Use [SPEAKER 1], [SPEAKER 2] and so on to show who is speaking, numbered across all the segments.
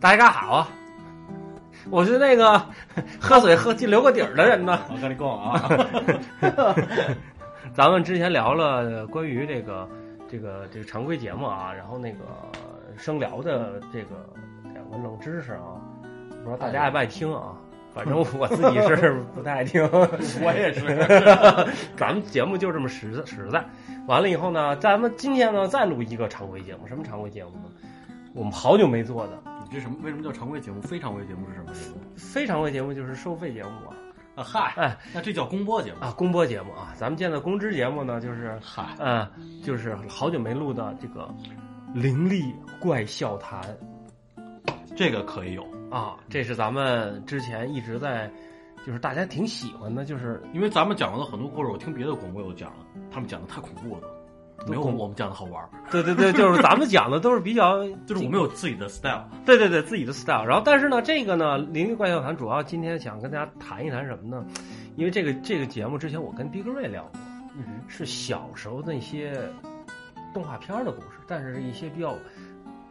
[SPEAKER 1] 大家好啊！我是那个 喝水喝进留个底儿的人呢。
[SPEAKER 2] 我跟你讲啊，
[SPEAKER 1] 咱们之前聊了关于这个这个这个常规节目啊，然后那个生聊的这个两个冷知识啊，不知道大家爱不爱听啊。反正我自己是不太爱听，
[SPEAKER 2] 我 也是，
[SPEAKER 1] 咱们节目就这么实在实在。完了以后呢，咱们今天呢再录一个常规节目，什么常规节目呢？我们好久没做的
[SPEAKER 2] 你这什么？为什么叫常规节目？非常规节目是什么节目？
[SPEAKER 1] 非常规节目就是收费节目啊
[SPEAKER 2] 啊嗨，
[SPEAKER 1] 哎，
[SPEAKER 2] 那这叫公播节目。
[SPEAKER 1] 啊公播节目啊，咱们现在公知节目呢就是
[SPEAKER 2] 嗨，
[SPEAKER 1] 嗯，就是好久没录的这个《灵力怪笑谈
[SPEAKER 2] 这个可以有，》
[SPEAKER 1] 啊，这是咱们之前一直在，就是大家挺喜欢的，就是
[SPEAKER 2] 因为咱们讲过的很多故事，我听别的广播有讲了，他们讲的太恐怖了，没
[SPEAKER 1] 都
[SPEAKER 2] 有
[SPEAKER 1] 恐
[SPEAKER 2] 我们讲的好玩儿。
[SPEAKER 1] 对对对，就是咱们讲的都是比较，
[SPEAKER 2] 就是我们有自己的 style，
[SPEAKER 1] 对对对自己的 style。然后，但是呢，这个呢，《灵力怪笑谈》主要今天想跟大家谈一谈什么呢？因为这个这个节目之前我跟迪克瑞聊过，是小时候那些动画片儿的故事，但是是一些比较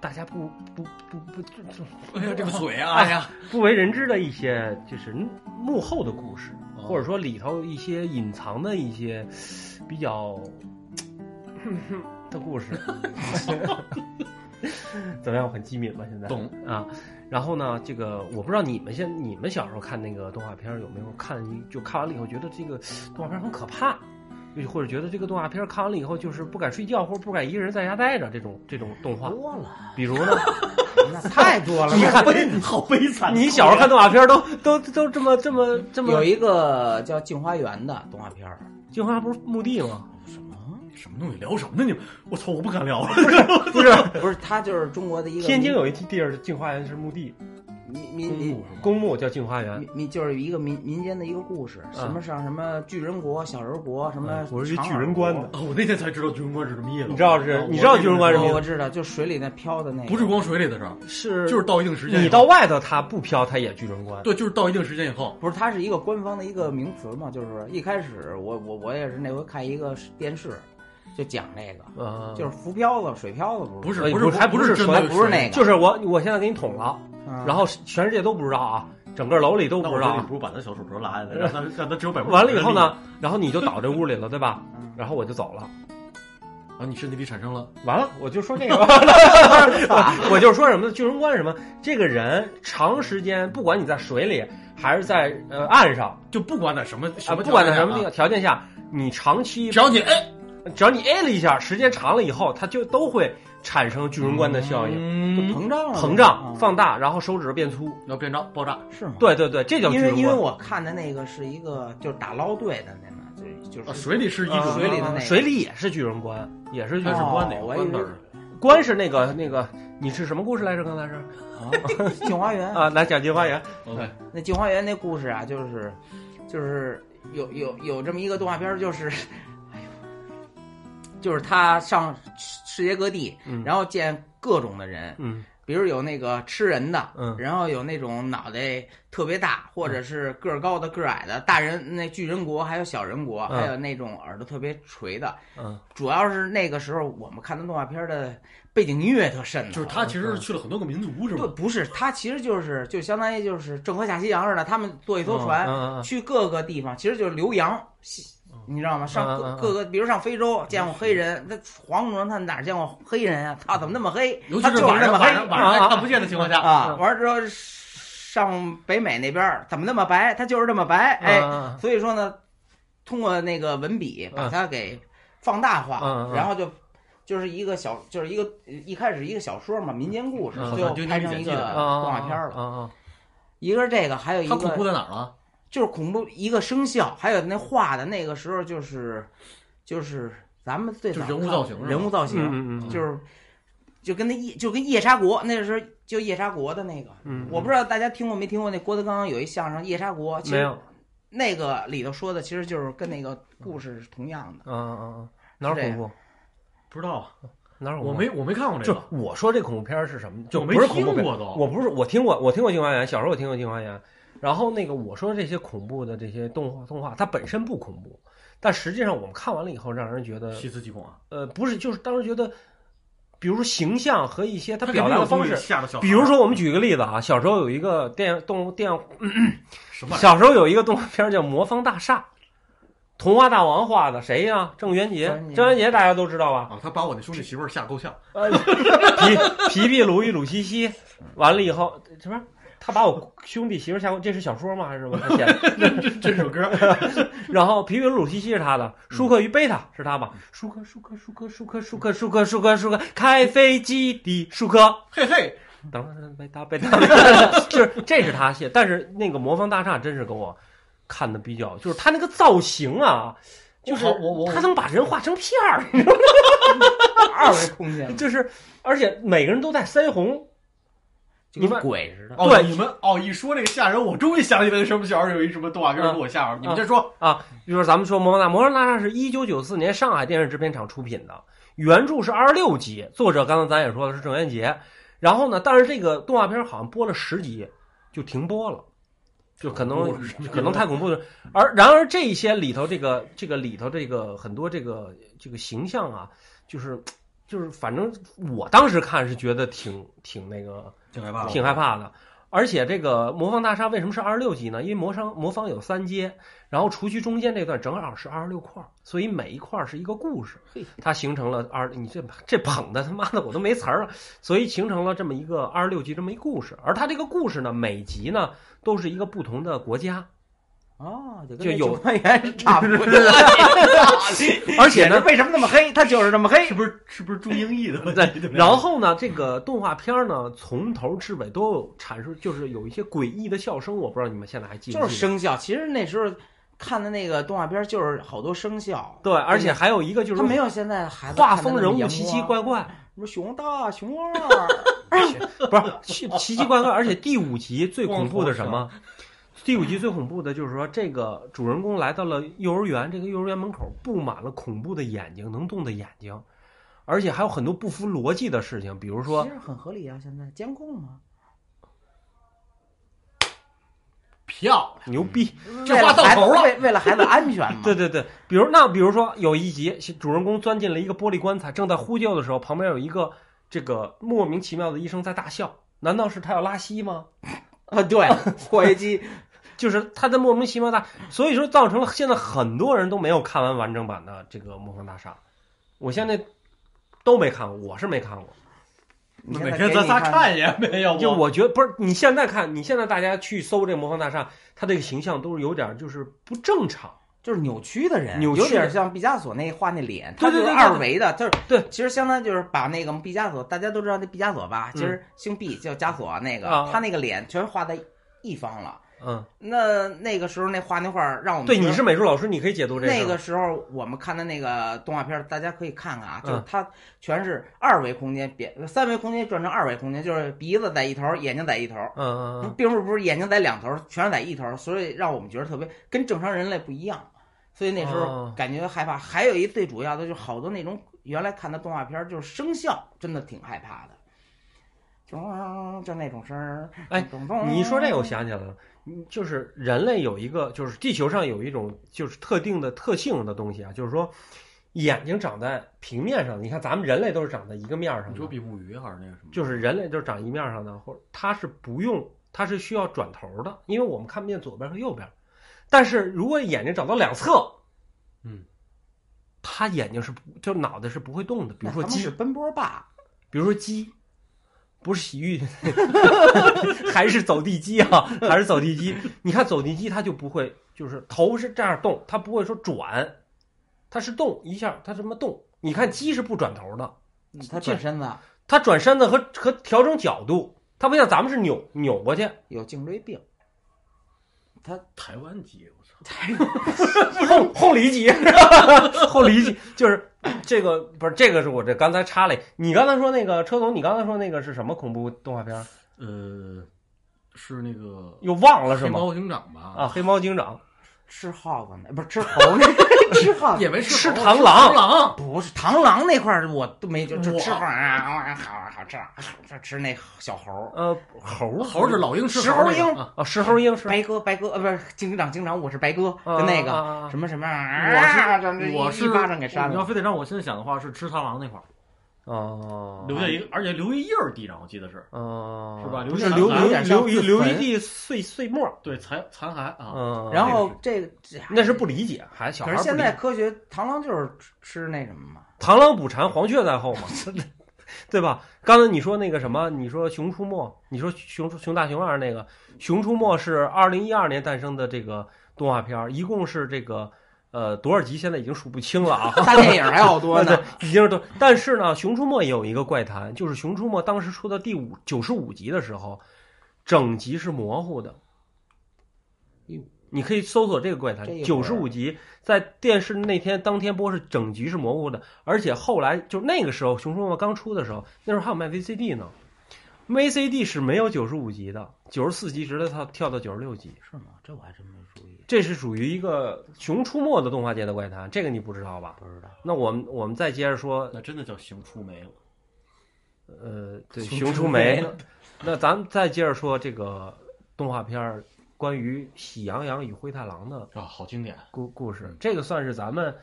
[SPEAKER 1] 大家不不不不就就
[SPEAKER 2] 哎呀，这个嘴啊，哎呀，
[SPEAKER 1] 不为人知的一些就是幕后的故事，
[SPEAKER 2] 哦
[SPEAKER 1] 或者说里头一些隐藏的一些比较的故事。怎么样？我很机敏吧？现在
[SPEAKER 2] 哦懂
[SPEAKER 1] 啊。然后呢，这个我不知道你们现你们小时候看那个动画片儿有没有看一？就看完了以后觉得这个动画片儿很可怕，就或者觉得这个动画片儿看完了以后就是不敢睡觉或者不敢一个人在家待着这种这种动画。
[SPEAKER 3] 多 了，
[SPEAKER 1] 比如呢，
[SPEAKER 3] 那太多了。
[SPEAKER 1] 你 看
[SPEAKER 2] 悲，好悲惨
[SPEAKER 1] 你小时候看动画片儿都都都这么这么这么
[SPEAKER 3] 有一个叫《镜花缘》的动画片儿，
[SPEAKER 1] 金花不是墓地吗？
[SPEAKER 3] 什么？
[SPEAKER 2] 什么东西聊什么呢？你们，我操，我不 敢聊了。
[SPEAKER 1] 不是，
[SPEAKER 3] 不是，它就是中国的一个
[SPEAKER 1] 天津有一地儿镜花园是墓地，
[SPEAKER 3] 民民民
[SPEAKER 1] 公墓叫镜花园。
[SPEAKER 3] 民民就是一个民民间的一个故事，什么上什么巨人国、小人国，什么
[SPEAKER 1] 嗯我是去
[SPEAKER 3] 长耳
[SPEAKER 1] 巨人关的
[SPEAKER 3] 国。哦
[SPEAKER 2] 啊，我那天才知道军人官是什么意思。
[SPEAKER 1] 你知道是
[SPEAKER 2] 我哦
[SPEAKER 1] 你知道军人官是什么意
[SPEAKER 3] 我
[SPEAKER 1] 思
[SPEAKER 3] 我知道，就水里那漂的那个，
[SPEAKER 2] 不是光水里的事儿，
[SPEAKER 1] 是
[SPEAKER 2] 就是到一定时间以后，
[SPEAKER 1] 你到外头它不飘，它也巨人观。
[SPEAKER 2] 对，就是到一定时间以后，
[SPEAKER 3] 不是，它是一个官方的一个名词嘛。就是一开始我我我也是那回看一个电视，就讲这个，
[SPEAKER 1] 嗯，
[SPEAKER 3] 就是浮漂子、水漂子，
[SPEAKER 2] 不
[SPEAKER 3] 是？
[SPEAKER 2] 是
[SPEAKER 1] 哎
[SPEAKER 2] 不是
[SPEAKER 1] 不是还不
[SPEAKER 2] 不
[SPEAKER 1] 是
[SPEAKER 2] 真
[SPEAKER 1] 纯
[SPEAKER 2] 的
[SPEAKER 3] 不是
[SPEAKER 2] 个。
[SPEAKER 3] 那个，
[SPEAKER 1] 就是我我现在给你捅了，
[SPEAKER 3] 嗯
[SPEAKER 1] 然后全世界都不知道啊，整个楼里都
[SPEAKER 2] 那
[SPEAKER 1] 不
[SPEAKER 2] 我
[SPEAKER 1] 知
[SPEAKER 2] 觉
[SPEAKER 1] 道
[SPEAKER 2] 得你
[SPEAKER 1] 啊。
[SPEAKER 2] 不如把他小手镯拉下 来，让他让他只有百分之
[SPEAKER 1] 完了以后呢，然后你就倒这屋里了，对吧？
[SPEAKER 3] 嗯
[SPEAKER 1] 然后我就走了。
[SPEAKER 2] 啊，你身体里产生了
[SPEAKER 1] 完了，我就说这 个，
[SPEAKER 3] 啊
[SPEAKER 1] 我就说什么呢？巨人观什么？这个人长时间，不管你在水里还是在呃岸上，
[SPEAKER 2] 就不管在什么什
[SPEAKER 1] 啊，
[SPEAKER 2] 么
[SPEAKER 1] 不管在什么
[SPEAKER 2] 地
[SPEAKER 1] 地方条件下，你长期
[SPEAKER 2] 只要你哎
[SPEAKER 1] 只要你 A 了一下，时间长了以后，它就都会产生巨人观的效应，
[SPEAKER 2] 应
[SPEAKER 3] 膨胀了，
[SPEAKER 1] 膨胀、
[SPEAKER 3] 嗯
[SPEAKER 1] 放大，然后手指变粗。
[SPEAKER 2] 要变炸爆炸，
[SPEAKER 3] 是吗？
[SPEAKER 1] 对对对，这叫巨
[SPEAKER 3] 因为
[SPEAKER 1] 人
[SPEAKER 3] 因为
[SPEAKER 1] 观。
[SPEAKER 3] 我看的那个是一个就是打捞队的那嘛，就
[SPEAKER 1] 哦
[SPEAKER 3] 就
[SPEAKER 2] 啊
[SPEAKER 3] 是
[SPEAKER 2] 水里是一种
[SPEAKER 3] 水里的那个
[SPEAKER 1] 水里也是巨人观，也是巨
[SPEAKER 2] 它
[SPEAKER 1] 人
[SPEAKER 2] 是
[SPEAKER 1] 观。
[SPEAKER 2] 关哪个
[SPEAKER 3] 哦我以
[SPEAKER 2] 关
[SPEAKER 3] 为
[SPEAKER 2] 哪儿啊？
[SPEAKER 1] 观是那个那个，你是什么故事来着？刚才是
[SPEAKER 3] 啊，镜花园
[SPEAKER 1] 啊，来讲金花园。
[SPEAKER 2] OK，
[SPEAKER 3] 那镜花园那故事啊，就是就是有有有这么一个动画片儿，就是哎呦，就是他上世界各地，
[SPEAKER 1] 嗯
[SPEAKER 3] 然后见各种的人，
[SPEAKER 1] 嗯
[SPEAKER 3] 比如有那个吃人的，
[SPEAKER 1] 嗯
[SPEAKER 3] 然后有那种脑袋特别大，或者是个儿高的、个儿矮的，大人那巨人国，还有小人国，
[SPEAKER 1] 嗯
[SPEAKER 3] 还有那种耳朵特别垂的。
[SPEAKER 1] 嗯，
[SPEAKER 3] 主要是那个时候我们看的动画片的背景音乐特瘆的，
[SPEAKER 2] 就是他其实是去了很多个民族是
[SPEAKER 3] 对，
[SPEAKER 2] 吗？
[SPEAKER 3] 不是它其实就是就相当于就是郑和下西洋似的，他们坐一艘船、
[SPEAKER 1] 嗯嗯
[SPEAKER 3] 去各个地方，其实就是留洋，西你知道吗？上各,、
[SPEAKER 1] 嗯嗯嗯
[SPEAKER 3] 各个，比如上非洲见过黑人，
[SPEAKER 2] 嗯
[SPEAKER 3] 那黄种人他们哪见过黑人啊？他怎么那么黑？
[SPEAKER 2] 尤其
[SPEAKER 3] 他
[SPEAKER 2] 是
[SPEAKER 3] 就是
[SPEAKER 2] 晚
[SPEAKER 3] 那
[SPEAKER 2] 上
[SPEAKER 3] 么
[SPEAKER 2] 晚
[SPEAKER 3] 黑
[SPEAKER 2] 上晚上还看不见的情况下，
[SPEAKER 3] 啊！
[SPEAKER 1] 嗯
[SPEAKER 3] 完了之后上北美那边儿怎么那么白？他就是这么白，哎，
[SPEAKER 1] 嗯
[SPEAKER 3] 所以说呢，通过那个文笔把它给放大化，
[SPEAKER 1] 嗯嗯嗯
[SPEAKER 3] 然后就就是一个小，就是一个一开始一个小说嘛，民间故事，
[SPEAKER 1] 嗯
[SPEAKER 3] 最后
[SPEAKER 2] 嗯就
[SPEAKER 3] 拍成一
[SPEAKER 2] 你剪
[SPEAKER 3] 个
[SPEAKER 2] 辑的
[SPEAKER 1] 嗯
[SPEAKER 3] 动画片了。
[SPEAKER 1] 嗯嗯
[SPEAKER 3] 一个是这个，还有一
[SPEAKER 2] 他恐怖
[SPEAKER 3] 个
[SPEAKER 2] 在哪儿了？
[SPEAKER 3] 就是恐怖，一个声效，还有那画的那个时候就是就是咱们最早
[SPEAKER 2] 就是人物
[SPEAKER 3] 看
[SPEAKER 2] 造型是吧
[SPEAKER 3] 人物造
[SPEAKER 1] 嗯
[SPEAKER 3] 型
[SPEAKER 1] 嗯嗯，
[SPEAKER 3] 就是就跟那夜就跟夜叉国那时候就夜叉国的那个。
[SPEAKER 1] 嗯
[SPEAKER 3] 我不知道大家听过没听过那郭德纲有一相声《夜叉国》，其
[SPEAKER 1] 没
[SPEAKER 3] 实
[SPEAKER 1] 有。
[SPEAKER 3] 那个里头说的其实就是跟那个故事是同样的。
[SPEAKER 1] 嗯嗯嗯，哪有恐怖？
[SPEAKER 2] 不知道，啊
[SPEAKER 1] 哪有恐怖？
[SPEAKER 2] 我没我没看过这
[SPEAKER 1] 就
[SPEAKER 2] 个，
[SPEAKER 1] 我说这恐怖片儿是什么？就
[SPEAKER 2] 我没
[SPEAKER 1] 不是恐怖
[SPEAKER 2] 听
[SPEAKER 1] 片，
[SPEAKER 2] 过都。
[SPEAKER 1] 我不是我听过，我听过《镜花缘》，小时候我听过《镜花缘》。然后那个我说这些恐怖的这些动画动画，它本身不恐怖，但实际上我们看完了以后，让人觉得
[SPEAKER 2] 细思极恐啊！
[SPEAKER 1] 呃不是，就是当时觉得比如说形象和一些他
[SPEAKER 2] 他
[SPEAKER 1] 表达的方式。
[SPEAKER 2] 吓得小孩儿，
[SPEAKER 1] 比如说，我们举个例子啊，小时候有一个电动电
[SPEAKER 2] 什么玩意
[SPEAKER 1] 小时候有一个动画片儿叫《魔方大厦》，童话大王画的，谁呀、郑渊洁
[SPEAKER 3] 郑渊。洁
[SPEAKER 1] 郑渊洁大家都知道吧
[SPEAKER 2] 儿？啊？他把我那兄弟媳妇儿吓够呛，
[SPEAKER 1] 呃，皮皮皮鲁与鲁西西，完了以后什么？他把我兄弟媳妇儿吓哭，这是小说吗？还是什么？他写的。
[SPEAKER 2] 这首歌
[SPEAKER 1] 然后皮皮鲁鲁西西是他的，
[SPEAKER 2] 嗯
[SPEAKER 1] 舒克与贝塔是他吧？舒克，舒克，舒克，舒克， 舒克，舒克，舒克，舒克，开飞机的舒克。
[SPEAKER 2] 嘿嘿，
[SPEAKER 1] 等等，贝塔，贝塔， 就是这是他写，但是那个魔方大厦真是跟我看的比较，就是他那个造型啊，就是
[SPEAKER 2] 我我我
[SPEAKER 1] 他能把人画成片儿，
[SPEAKER 3] 二维空间嘛，
[SPEAKER 1] 就是而且每个人都在腮红，
[SPEAKER 3] 就
[SPEAKER 1] 你们
[SPEAKER 3] 跟鬼似的。
[SPEAKER 2] 哦，
[SPEAKER 1] 对
[SPEAKER 2] 你们哦，一说这个吓人，我终于想起来什么小时候有一什么动画片
[SPEAKER 1] 啊
[SPEAKER 2] 给我吓着。你们再说，
[SPEAKER 1] 比如说咱们说《魔方大》，《魔方大厦》是一九九四年上海电视制片厂出品的，原著是二十六集，作者刚才咱也说了是郑渊洁。然后呢，但是这个动画片好像播了十集就停播了，就可能可能太恐怖了。而然而这些里头这个这个里头这个很多这个这个形象啊，就是就是反正我当时看是觉得挺挺那个
[SPEAKER 2] 挺
[SPEAKER 3] 啊
[SPEAKER 2] 害怕
[SPEAKER 1] 挺害怕的。而且这个魔方大厦为什么是二十六级呢？因为魔商魔方有三阶，然后除去中间这段，正好是二十六块儿，所以每一块儿是一个故事
[SPEAKER 3] 嘿，
[SPEAKER 1] 它形成了二你这这捧的他妈的我都没词儿了，所以形成了这么一个二十六集这么一故事。而它这个故事呢，每集呢都是一个不同的国家，
[SPEAKER 3] 哦，就
[SPEAKER 1] 就
[SPEAKER 3] 跟
[SPEAKER 1] 有
[SPEAKER 3] 官员是差不多的。
[SPEAKER 1] 而且
[SPEAKER 3] 呢
[SPEAKER 1] 呢，
[SPEAKER 3] 为什么那么黑？他就是那么黑
[SPEAKER 2] 是。不是是不是中英译的问 题？
[SPEAKER 1] 对，然后呢，这个动画片呢从头至尾都有阐述，就是有一些诡异的笑声，我不知道你们现在还记不记
[SPEAKER 3] 就
[SPEAKER 1] 得？
[SPEAKER 3] 是声效。其实那时候看的那个动画片，就是好多声效，
[SPEAKER 1] 对，而且还有一个就是
[SPEAKER 3] 他没有现在孩子
[SPEAKER 1] 画
[SPEAKER 3] 看得
[SPEAKER 1] 风
[SPEAKER 3] 那么
[SPEAKER 1] 人物
[SPEAKER 3] 阳
[SPEAKER 1] 奇
[SPEAKER 3] 光
[SPEAKER 1] 奇怪怪，
[SPEAKER 3] 什么熊大、熊二，
[SPEAKER 1] 不是奇奇奇 怪怪，而且第五集最恐怖的是什么？第五集最恐怖的就是说，这个主人公来到了幼儿园，这个幼儿园门口布满了恐怖的眼睛，能动的眼睛，而且还有很多不符逻辑的事情，比如说
[SPEAKER 3] 其实很合理啊。现在监控嘛，
[SPEAKER 2] 票
[SPEAKER 1] 牛逼，
[SPEAKER 2] 这话到头了
[SPEAKER 3] 为为了孩子安全嘛。
[SPEAKER 1] 对对对，比如那比如说有一集，主人公钻进了一个玻璃棺材，正在呼救的时候，旁边有一个这个莫名其妙的医生在大笑，难道是他要拉稀吗？
[SPEAKER 3] 啊，对，破译机
[SPEAKER 1] 就是他在莫名其妙大，所以说造成了现在很多人都没有看完完整版的这个《魔方大厦》，我现在都没看过，我是没看过。
[SPEAKER 3] 你
[SPEAKER 2] 哪
[SPEAKER 3] 现在
[SPEAKER 2] 天
[SPEAKER 3] 给
[SPEAKER 2] 咱
[SPEAKER 3] 你
[SPEAKER 2] 仨
[SPEAKER 3] 看
[SPEAKER 2] 看一眼呗，要
[SPEAKER 1] 就
[SPEAKER 2] 不
[SPEAKER 1] 我觉得不是，你现在看，你现在大家去搜这《魔方大厦》，他这个形象都是有点就是不正常。
[SPEAKER 3] 就是扭曲的人，
[SPEAKER 1] 扭曲的
[SPEAKER 3] 有点像毕加索那画那脸，
[SPEAKER 1] 对
[SPEAKER 3] 他就
[SPEAKER 1] 对对
[SPEAKER 3] 是二维的，就是
[SPEAKER 1] 对，
[SPEAKER 3] 其实相当于就是把那个毕加索，大家都知道那毕加索吧，其实姓毕叫加索，那个
[SPEAKER 1] 嗯啊
[SPEAKER 3] 他那个脸全画在一方了。
[SPEAKER 1] 嗯，
[SPEAKER 3] 那那个时候那画那画让我们
[SPEAKER 1] 对，
[SPEAKER 3] 觉得
[SPEAKER 1] 你是美术老师，你可以解读这
[SPEAKER 3] 那
[SPEAKER 1] 事儿
[SPEAKER 3] 个时候我们看的那个动画片儿，大家可以看看啊，就是
[SPEAKER 1] 嗯
[SPEAKER 3] 它全是二维空间，别三维空间转成二维空间，就是鼻子在一头，眼睛在一头，
[SPEAKER 1] 嗯嗯
[SPEAKER 3] 不
[SPEAKER 1] 嗯，
[SPEAKER 3] 并不是眼睛在两头，全是在一头，所以让我们觉得特别跟正常人类不一样，所以那时候
[SPEAKER 1] 哦
[SPEAKER 3] 感觉害怕。还有一最主要的就是好多那种原来看的动画片儿，就是声效真的挺害怕的，就就那种声儿。
[SPEAKER 1] 哎
[SPEAKER 3] 咚咚，
[SPEAKER 1] 你一说这个，我想起来了。嗯就是人类有一个，就是地球上有一种就是特定的特性的东西啊，就是说眼睛长在平面上的。你看咱们人类都是长在一个面儿上
[SPEAKER 2] 你
[SPEAKER 1] 的，
[SPEAKER 2] 说比目鱼还是那个什么？
[SPEAKER 1] 就是人类就是长一面上的，或者它是不用，它是需要转头的，因为我们看不见左边和右边。但是如果眼睛长到两侧，
[SPEAKER 2] 嗯，
[SPEAKER 1] 它眼睛是不就脑袋是不会动的。比如说
[SPEAKER 3] 那他们
[SPEAKER 1] 鸡
[SPEAKER 3] 是，奔波霸，
[SPEAKER 1] 比如说鸡，不是洗浴， 还是走地鸡啊，还是走地鸡。你看走地鸡，它就不会，就是头是这样动，它不会说转，它是动一下，它什么动？你看鸡是不转头的，
[SPEAKER 3] 嗯他转身子
[SPEAKER 1] 它转身子和和调整角度，它不像咱们是扭扭过去。
[SPEAKER 3] 有颈椎病，
[SPEAKER 2] 台湾鸡，我操！
[SPEAKER 1] 后后离级，后离级就是这个不是这个是我这刚才插了一，你刚才说那个车总，你刚才说那个是什么恐怖动画片儿？
[SPEAKER 2] 呃，是那个
[SPEAKER 1] 又忘了是
[SPEAKER 2] 黑
[SPEAKER 1] 吗？
[SPEAKER 2] 猫警长吧？
[SPEAKER 1] 啊，黑猫警长，
[SPEAKER 3] 吃耗子呢，不是吃猴呢，吃耗子
[SPEAKER 2] 也没
[SPEAKER 1] 吃
[SPEAKER 2] 吃
[SPEAKER 1] 螳
[SPEAKER 2] 吃
[SPEAKER 1] 螂
[SPEAKER 2] 螳螂，
[SPEAKER 3] 不是螳螂那块儿我都没就就
[SPEAKER 2] 哇
[SPEAKER 3] 吃猴啊，好好吃好吃那小猴儿。
[SPEAKER 1] 呃，猴
[SPEAKER 2] 猴是老鹰吃
[SPEAKER 3] 石
[SPEAKER 2] 猴那
[SPEAKER 3] 猴
[SPEAKER 2] 个
[SPEAKER 3] 鹰
[SPEAKER 2] 啊
[SPEAKER 1] 啊，石猴鹰是
[SPEAKER 3] 白鸽，白鸽，呃，不是警长，警长，我是白鸽，
[SPEAKER 1] 啊
[SPEAKER 3] 就那个
[SPEAKER 1] 啊啊
[SPEAKER 3] 什么什么，
[SPEAKER 2] 我
[SPEAKER 3] 啊
[SPEAKER 2] 是
[SPEAKER 3] 这
[SPEAKER 2] 我
[SPEAKER 3] 一
[SPEAKER 2] 是
[SPEAKER 3] 一巴掌给杀
[SPEAKER 2] 你要
[SPEAKER 3] 了。
[SPEAKER 2] 非得让我现在想的话，是吃螳螂那块儿，
[SPEAKER 1] 哦，
[SPEAKER 2] 留下一个，而且留一印儿地上，我记得是，
[SPEAKER 1] 哦，
[SPEAKER 2] 是吧
[SPEAKER 1] 就
[SPEAKER 2] 留
[SPEAKER 1] 是
[SPEAKER 2] 下
[SPEAKER 1] 留
[SPEAKER 2] 残
[SPEAKER 1] 留留
[SPEAKER 3] 骸有点像自
[SPEAKER 1] 留一
[SPEAKER 3] 焚
[SPEAKER 1] 地碎碎沫儿，
[SPEAKER 2] 对残残骸啊，
[SPEAKER 1] 嗯，
[SPEAKER 3] 然
[SPEAKER 1] 这
[SPEAKER 3] 后
[SPEAKER 1] 个是
[SPEAKER 3] 这这
[SPEAKER 1] 那是不理解，还小孩儿
[SPEAKER 3] 可是
[SPEAKER 1] 不
[SPEAKER 3] 现
[SPEAKER 1] 理
[SPEAKER 3] 在
[SPEAKER 1] 解
[SPEAKER 3] 科学螳螂就是吃吃那什么 嘛，
[SPEAKER 1] 螳螂捕蝉，黄雀在后嘛，对吧？刚才你说那个什么，你说《熊出没》，你说熊《熊大熊二》那个，《熊出没》是二零一二年诞生的这个动画片儿，一共是这个呃多少集？现在已经数不清了啊。
[SPEAKER 3] 大电影还好 多呢。
[SPEAKER 1] 对，已经是多。但是呢，《熊出没》也有一个怪谈，就是《熊出没》当时出到第五九十五集的时候，整集是模糊的。你你可以搜索这个怪谈
[SPEAKER 3] 哎这，一会
[SPEAKER 1] 九
[SPEAKER 3] 儿
[SPEAKER 1] 十五集在电视那天当天播是整集是模糊的，而且后来就那个时候《熊出没》刚出的时候，那时候还有卖 VCD 呢。VCD 是没有九十五集的，九十四集直接跳跳到九十六集，
[SPEAKER 3] 是吗？这我还真没注意，
[SPEAKER 1] 这是属于一个《熊出没》的动画界的怪谈，这个你不知道吧？
[SPEAKER 3] 不知道。
[SPEAKER 1] 那我们我们再接着说
[SPEAKER 2] 那真的叫行出没了。
[SPEAKER 1] 呃，对，《
[SPEAKER 3] 熊
[SPEAKER 1] 熊
[SPEAKER 3] 出
[SPEAKER 1] 出没
[SPEAKER 3] 没》。
[SPEAKER 1] 那咱们再接着说这个动画片儿，关于《喜羊羊与灰太狼》的
[SPEAKER 2] 啊，好经典，
[SPEAKER 1] 故故事，这个算是咱们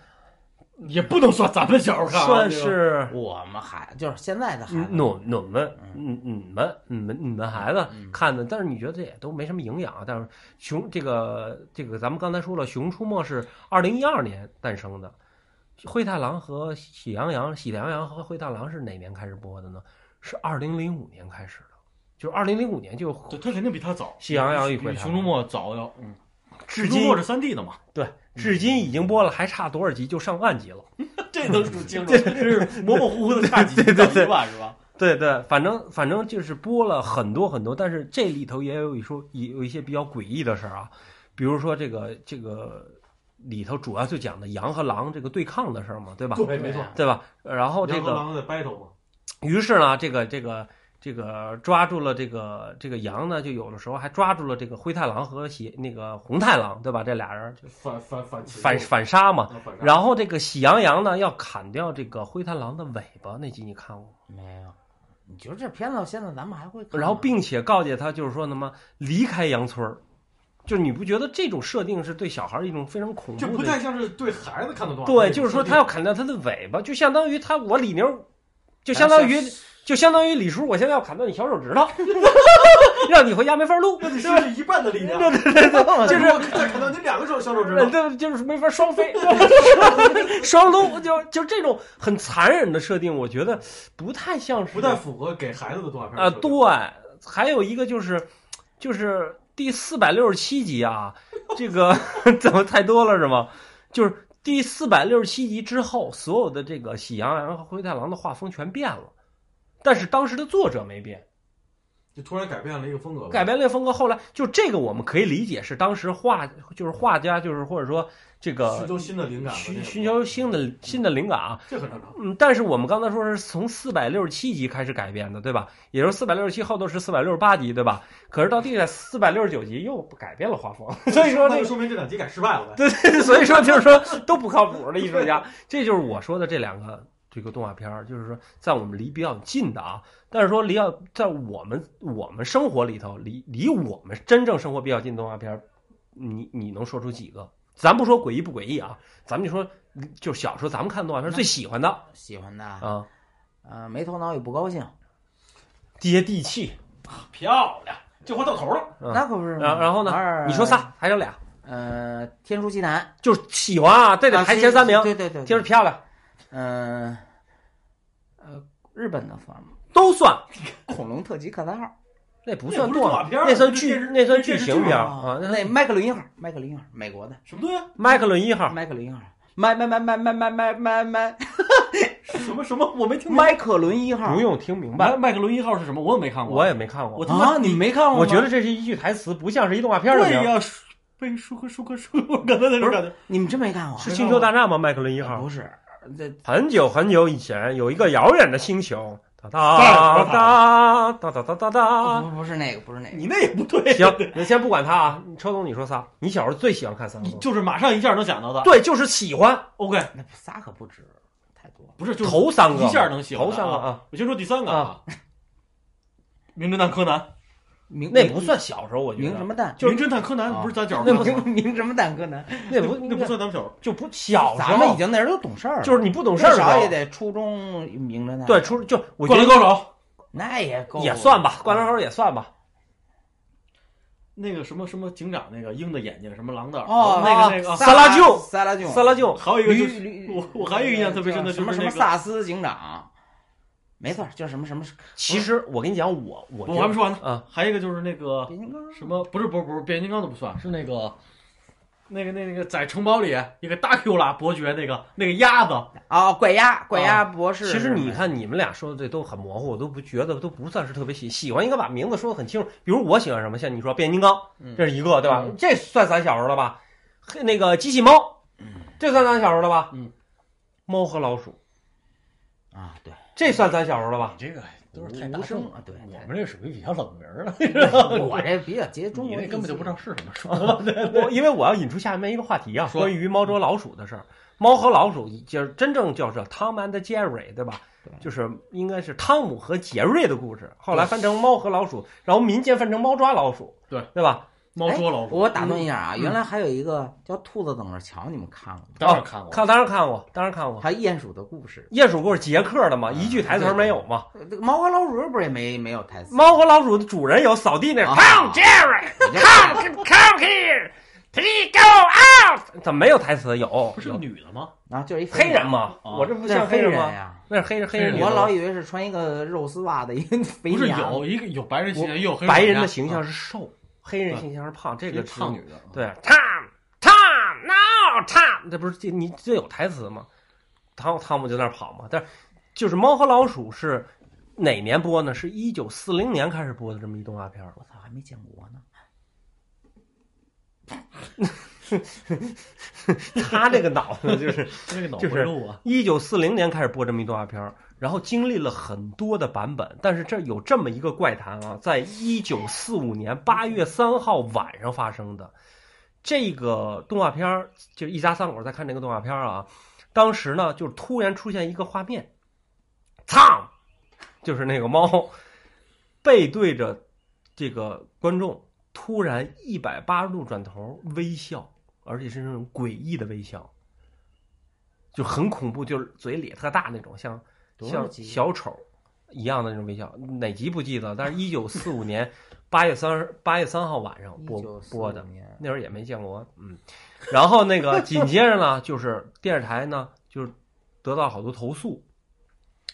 [SPEAKER 2] 也不能算咱们小时候看啊，
[SPEAKER 1] 算
[SPEAKER 2] 这个
[SPEAKER 1] 是
[SPEAKER 3] 我们还就是现在的孩
[SPEAKER 1] 嗯
[SPEAKER 3] 子，
[SPEAKER 1] 我我们嗯你们你们你们孩子
[SPEAKER 3] 嗯
[SPEAKER 1] 看的，但是你觉得这也都没什么营养啊。但是熊这个这个，咱们刚才说了，《熊出没》是二零一二年诞生的，灰太狼和喜羊羊，喜羊羊和灰太狼是哪年开始播的呢？是二零零五年开始的，就是二零零五年就
[SPEAKER 2] 对，他肯定比他早，
[SPEAKER 1] 喜羊羊与灰
[SPEAKER 2] 比
[SPEAKER 1] 太
[SPEAKER 2] 熊
[SPEAKER 1] 狼
[SPEAKER 2] 出没早要，嗯，
[SPEAKER 1] 至
[SPEAKER 2] 熊
[SPEAKER 1] 今
[SPEAKER 2] 出没是三 D 的嘛，
[SPEAKER 1] 对，至今已经播了，还差多少集就上万集了？
[SPEAKER 2] 这能数 清楚，这是模模糊糊的差几集到一万是吧？
[SPEAKER 1] 对对，反正反正就是播了很多很多，但是这里头也有一说也有一些比较诡异的事儿啊，比如说这个这个里头主要就讲的羊和狼这个对抗的事儿嘛，对吧？
[SPEAKER 2] 对没错
[SPEAKER 1] 对吧？然后这
[SPEAKER 2] 羊和
[SPEAKER 1] 个，
[SPEAKER 2] 狼的 battle 嘛，
[SPEAKER 1] 于是呢，这个这个这个抓住了这个这个羊呢，就有的时候还抓住了这个灰太狼和喜那个红太狼，对吧？这俩人就
[SPEAKER 2] 反反反啊
[SPEAKER 1] 反反杀嘛。
[SPEAKER 2] 反
[SPEAKER 1] 然后这个喜羊羊呢，要砍掉这个灰太狼的尾巴，那集你看过吗？
[SPEAKER 3] 没有。你觉得这片子现在咱们还会看吗？
[SPEAKER 1] 然后 并且告诫他，就是说什么离开羊村儿，就是你不觉得这种设定是对小孩儿一种非常恐
[SPEAKER 2] 就
[SPEAKER 1] 怖
[SPEAKER 2] 不
[SPEAKER 1] 的？
[SPEAKER 2] 太像是对孩子看的动画片。
[SPEAKER 1] 对，就是说他要砍掉他的尾巴，就相当于他我李牛，就相当
[SPEAKER 2] 哎
[SPEAKER 1] 于就相当于李叔，我现在要砍掉你小手指 头，让你回家没法录，
[SPEAKER 2] 那得失去一半的力 量，
[SPEAKER 1] 就是呃
[SPEAKER 2] 我再砍到你两个手小手指头，
[SPEAKER 1] 对，就是没法双 飞，双撸，就就这种很残忍的设定，我觉得不太像是
[SPEAKER 2] 不太符合给孩子的动画片
[SPEAKER 1] 啊，对，还有一个就是，就是第四百六十七集啊，这个 怎么太多了是吗？就是第四百六十七集之后，所有的这个喜羊羊和灰太狼的画风全变了，但是当时的作者没变，
[SPEAKER 2] 就突然改变了一个风格。
[SPEAKER 1] 改变了风格。后来就这个我们可以理解是当时画就是画家就是或者说这
[SPEAKER 2] 寻
[SPEAKER 1] 个
[SPEAKER 2] 求新的灵感吧，
[SPEAKER 1] 寻寻求新的新的灵感啊，
[SPEAKER 2] 这很正常。
[SPEAKER 1] 嗯，但是我们刚才说是从四百六十七集开始改编的，对吧？也就是四百六十七后头是四百六十八集，对吧？可是到第四百六十九集又改变了画风， 所以说
[SPEAKER 2] 那
[SPEAKER 1] 这
[SPEAKER 2] 就
[SPEAKER 1] 个，
[SPEAKER 2] 说明这两集改失败了呗。
[SPEAKER 1] 对对，所以说就是说都不靠谱的艺术家，这就是我说的这两个这个动画片儿，就是说在我们离比较近的啊，但是说离要在我们我们生活里头离离我们真正生活比较近的动画片儿，你你能说出几个？咱不说诡异不诡异啊，咱们就说就小时候咱们看动画片儿最喜欢的啊。
[SPEAKER 3] 喜欢的，呃，没头脑也不高兴，
[SPEAKER 1] 接地气。
[SPEAKER 2] 漂亮，这话到头了。
[SPEAKER 1] 嗯
[SPEAKER 3] 那可不是吗。
[SPEAKER 1] 然然后呢
[SPEAKER 3] 二
[SPEAKER 1] 你说仨，还有俩，
[SPEAKER 3] 呃，天书奇谭，
[SPEAKER 1] 就是喜欢啊，这得
[SPEAKER 3] 啊
[SPEAKER 1] 排前三名，
[SPEAKER 3] 对对对，
[SPEAKER 1] 听着漂亮，
[SPEAKER 3] 嗯，呃，日本的算吗？
[SPEAKER 1] 都算，
[SPEAKER 3] 恐龙特级克莱号
[SPEAKER 1] 那不算
[SPEAKER 2] 那不是
[SPEAKER 1] 动
[SPEAKER 2] 动
[SPEAKER 1] 画
[SPEAKER 2] 画片儿啊
[SPEAKER 1] 那算
[SPEAKER 2] 那是
[SPEAKER 1] 剧
[SPEAKER 2] 电视，
[SPEAKER 1] 那算
[SPEAKER 2] 那是
[SPEAKER 1] 剧
[SPEAKER 2] 电视
[SPEAKER 1] 情
[SPEAKER 2] 剧
[SPEAKER 1] 片儿
[SPEAKER 2] 嘛
[SPEAKER 1] 啊。
[SPEAKER 3] 哦那迈克伦一号，迈克伦一号，美国的，
[SPEAKER 2] 什么 东西？啊
[SPEAKER 1] 迈克伦一号，
[SPEAKER 3] 迈克伦一号，迈迈迈迈迈迈迈迈迈
[SPEAKER 2] 什么什么？我没听明白。
[SPEAKER 3] 迈克伦一号
[SPEAKER 1] 不用听明白
[SPEAKER 2] 麦，麦克伦一号是什么？我也没看过。
[SPEAKER 1] 我也没看过
[SPEAKER 2] 我，他妈
[SPEAKER 3] 啊，你们没看过吗？
[SPEAKER 1] 我觉得这是一句台词，不像是一动画片儿的
[SPEAKER 2] 对
[SPEAKER 1] 名儿。
[SPEAKER 2] 呀，被舒克舒克舒 克，我刚才那种感觉。
[SPEAKER 3] 你们真没看过，啊
[SPEAKER 1] 是星球大战吗？迈克伦一号
[SPEAKER 3] 不，是，这
[SPEAKER 1] 很久很久以前有一个遥远的星球，哒哒
[SPEAKER 2] 萨
[SPEAKER 1] 哒哒哒哒哒哒。
[SPEAKER 3] 不不是那个，不是那个，
[SPEAKER 2] 你那也不对。啊
[SPEAKER 1] 行，那先不管他啊，车总你说仨，你小时候最喜欢看三个
[SPEAKER 2] 你
[SPEAKER 1] 吗？
[SPEAKER 2] 就是马上一下能想到的。
[SPEAKER 1] 对，就是喜欢
[SPEAKER 2] OK，
[SPEAKER 3] 那仨可不止，太多了。
[SPEAKER 2] 不是就是
[SPEAKER 1] 头三个嘛，
[SPEAKER 2] 一下能喜欢
[SPEAKER 1] 头
[SPEAKER 2] 的
[SPEAKER 1] 三个
[SPEAKER 2] 啊。
[SPEAKER 1] 啊。
[SPEAKER 2] 我先说第三个啊，《名侦探柯南》
[SPEAKER 3] 名
[SPEAKER 1] 那不算小时候，我觉
[SPEAKER 3] 名
[SPEAKER 1] 得
[SPEAKER 3] 什么蛋，
[SPEAKER 1] 就是
[SPEAKER 2] 名侦探柯南
[SPEAKER 3] 啊
[SPEAKER 2] 不是咱小时
[SPEAKER 1] 那不
[SPEAKER 2] 候看的吗，
[SPEAKER 3] 名什么蛋柯南，
[SPEAKER 1] 那不
[SPEAKER 2] 那不算咱们小时候。
[SPEAKER 1] 就不小时候，
[SPEAKER 3] 咱们已经那时候都懂事儿了，
[SPEAKER 1] 就是你不懂
[SPEAKER 3] 懂
[SPEAKER 1] 事儿的时
[SPEAKER 3] 少也
[SPEAKER 1] 候，
[SPEAKER 3] 得初中名侦探，
[SPEAKER 1] 对，出就我觉
[SPEAKER 2] 灌篮
[SPEAKER 1] 得
[SPEAKER 2] 高手
[SPEAKER 3] 那也够啊嗯
[SPEAKER 1] 也算吧，灌篮高手也算吧。
[SPEAKER 2] 那个什么什么警长那个鹰的眼睛，什么狼的耳朵
[SPEAKER 3] 哦，
[SPEAKER 2] 那个那个啊
[SPEAKER 1] 萨拉舅
[SPEAKER 3] 萨拉舅，
[SPEAKER 1] 萨拉舅，
[SPEAKER 2] 还有一个就
[SPEAKER 3] 驴
[SPEAKER 2] 是
[SPEAKER 3] 驴，
[SPEAKER 2] 我我还有一个印象特别深的
[SPEAKER 3] 什
[SPEAKER 2] 就
[SPEAKER 3] 么
[SPEAKER 2] 是
[SPEAKER 3] 什
[SPEAKER 2] 那
[SPEAKER 3] 么
[SPEAKER 2] 个，
[SPEAKER 3] 萨斯警长，没错，叫什么什么
[SPEAKER 1] 其实我跟你讲，我我
[SPEAKER 2] 我还没说完呢，
[SPEAKER 1] 啊，
[SPEAKER 2] 还有一个就是那个
[SPEAKER 3] 变形金刚
[SPEAKER 2] 什么不是不是不是变形金刚都不算，是那个那个那个那个在城堡里一个大 Q 啦伯爵那个那个鸭子，
[SPEAKER 3] 啊，怪鸭怪鸭博
[SPEAKER 2] 哦
[SPEAKER 3] 士。
[SPEAKER 1] 其实你看你们俩说的这都很模糊，我都不觉得都不算是特别喜喜欢，应该把名字说的很清楚。比如我喜欢什么，像你说变形金刚，
[SPEAKER 3] 嗯
[SPEAKER 1] 这是一个对吧
[SPEAKER 2] 嗯？
[SPEAKER 1] 这算咱小时候了吧？嘿，那个机器猫，
[SPEAKER 3] 嗯
[SPEAKER 1] 这算咱小时候了吧？
[SPEAKER 2] 嗯，
[SPEAKER 1] 猫和老鼠，
[SPEAKER 3] 啊，对，
[SPEAKER 1] 这算咱小时候了吧？
[SPEAKER 2] 这个
[SPEAKER 3] 都是太大众了，对，
[SPEAKER 2] 们这属于比较冷门了，
[SPEAKER 3] 我这比较接中国，
[SPEAKER 2] 你那根本就不知道。是什么说。
[SPEAKER 1] 我因为我要引出下面一个话题啊，
[SPEAKER 2] 说
[SPEAKER 1] 关于猫捉老鼠的事儿。猫和老鼠就是真正叫是 Tom and Jerry，对吧？
[SPEAKER 3] 对
[SPEAKER 1] 就是应该是汤姆和杰瑞的故事，后来翻成猫和老鼠，然后民间翻成猫抓老鼠，
[SPEAKER 2] 对
[SPEAKER 1] 对吧？
[SPEAKER 2] 猫捉老鼠，
[SPEAKER 3] 我打断一下啊，
[SPEAKER 1] 嗯
[SPEAKER 3] 原来还有一个叫《兔子等着瞧》，你们看过吗？
[SPEAKER 2] 当然看过，
[SPEAKER 1] 看，当然看过，当然看过。
[SPEAKER 3] 还有《鼹鼠的故事
[SPEAKER 1] 鼹鼠故事捷克
[SPEAKER 2] 啊
[SPEAKER 1] 的嘛，一句台词儿没有嘛。》，
[SPEAKER 3] 呃这个猫和老鼠不是也没没有台词？
[SPEAKER 1] 猫和老鼠的主人有扫地那
[SPEAKER 3] 啊
[SPEAKER 1] Tom Jerry
[SPEAKER 3] 我这
[SPEAKER 1] come come here please go out，怎么没有台词？有
[SPEAKER 2] 不是个
[SPEAKER 1] 有
[SPEAKER 2] 女的吗？
[SPEAKER 3] 啊，就是一
[SPEAKER 1] 黑人，嘛，
[SPEAKER 2] 啊
[SPEAKER 1] 我这不
[SPEAKER 3] 那是
[SPEAKER 1] 像
[SPEAKER 3] 黑
[SPEAKER 1] 人
[SPEAKER 3] 人
[SPEAKER 1] 吗？
[SPEAKER 3] 呀。
[SPEAKER 1] 那是黑人黑人
[SPEAKER 2] 黑
[SPEAKER 1] 女
[SPEAKER 2] 人
[SPEAKER 1] 的
[SPEAKER 3] 我
[SPEAKER 1] 吗
[SPEAKER 3] 老以为是穿一个肉丝袜的一个肥
[SPEAKER 2] 不是
[SPEAKER 3] 娘
[SPEAKER 2] 有一个有白人形象，也有黑人
[SPEAKER 1] 白人的
[SPEAKER 2] 形
[SPEAKER 1] 形
[SPEAKER 2] 象啊
[SPEAKER 1] 象是瘦，黑人形象是胖，这
[SPEAKER 2] 这
[SPEAKER 1] 个是
[SPEAKER 2] 胖女的，
[SPEAKER 1] 对 Tom Tom no Tom，这不是这你这有台词吗？汤汤姆就在那儿跑嘛，但是就是《猫和老鼠》是哪年播呢？是一九四零年开始播的这么一动画片儿。
[SPEAKER 3] 我操，还没见过呢。
[SPEAKER 1] 他这个脑子 就是
[SPEAKER 2] 那个脑
[SPEAKER 1] 就是
[SPEAKER 2] 回路啊，
[SPEAKER 1] 一九四零年开始播这么一动画片儿，然后经历了很多的版本，但是这有这么一个怪谈啊，在一九四五年八月三号晚上发生的。这个动画片儿，就一家三口在看这个动画片儿啊，当时呢，就是突然出现一个画面，苍，就是那个猫背对着这个观众，突然一百八十度转头微笑，而且是那种诡异的微笑，就很恐怖，就是嘴咧特大那种，像
[SPEAKER 3] 多少
[SPEAKER 1] 像
[SPEAKER 3] 集啊
[SPEAKER 1] 小丑一样的那种微笑。哪集不记得，但是一九四五年八月三八月三号晚上播播的，
[SPEAKER 3] 年，
[SPEAKER 1] 那会儿也没见过，嗯。然后那 个紧接着呢，就是电视台呢，就是得到好多投诉，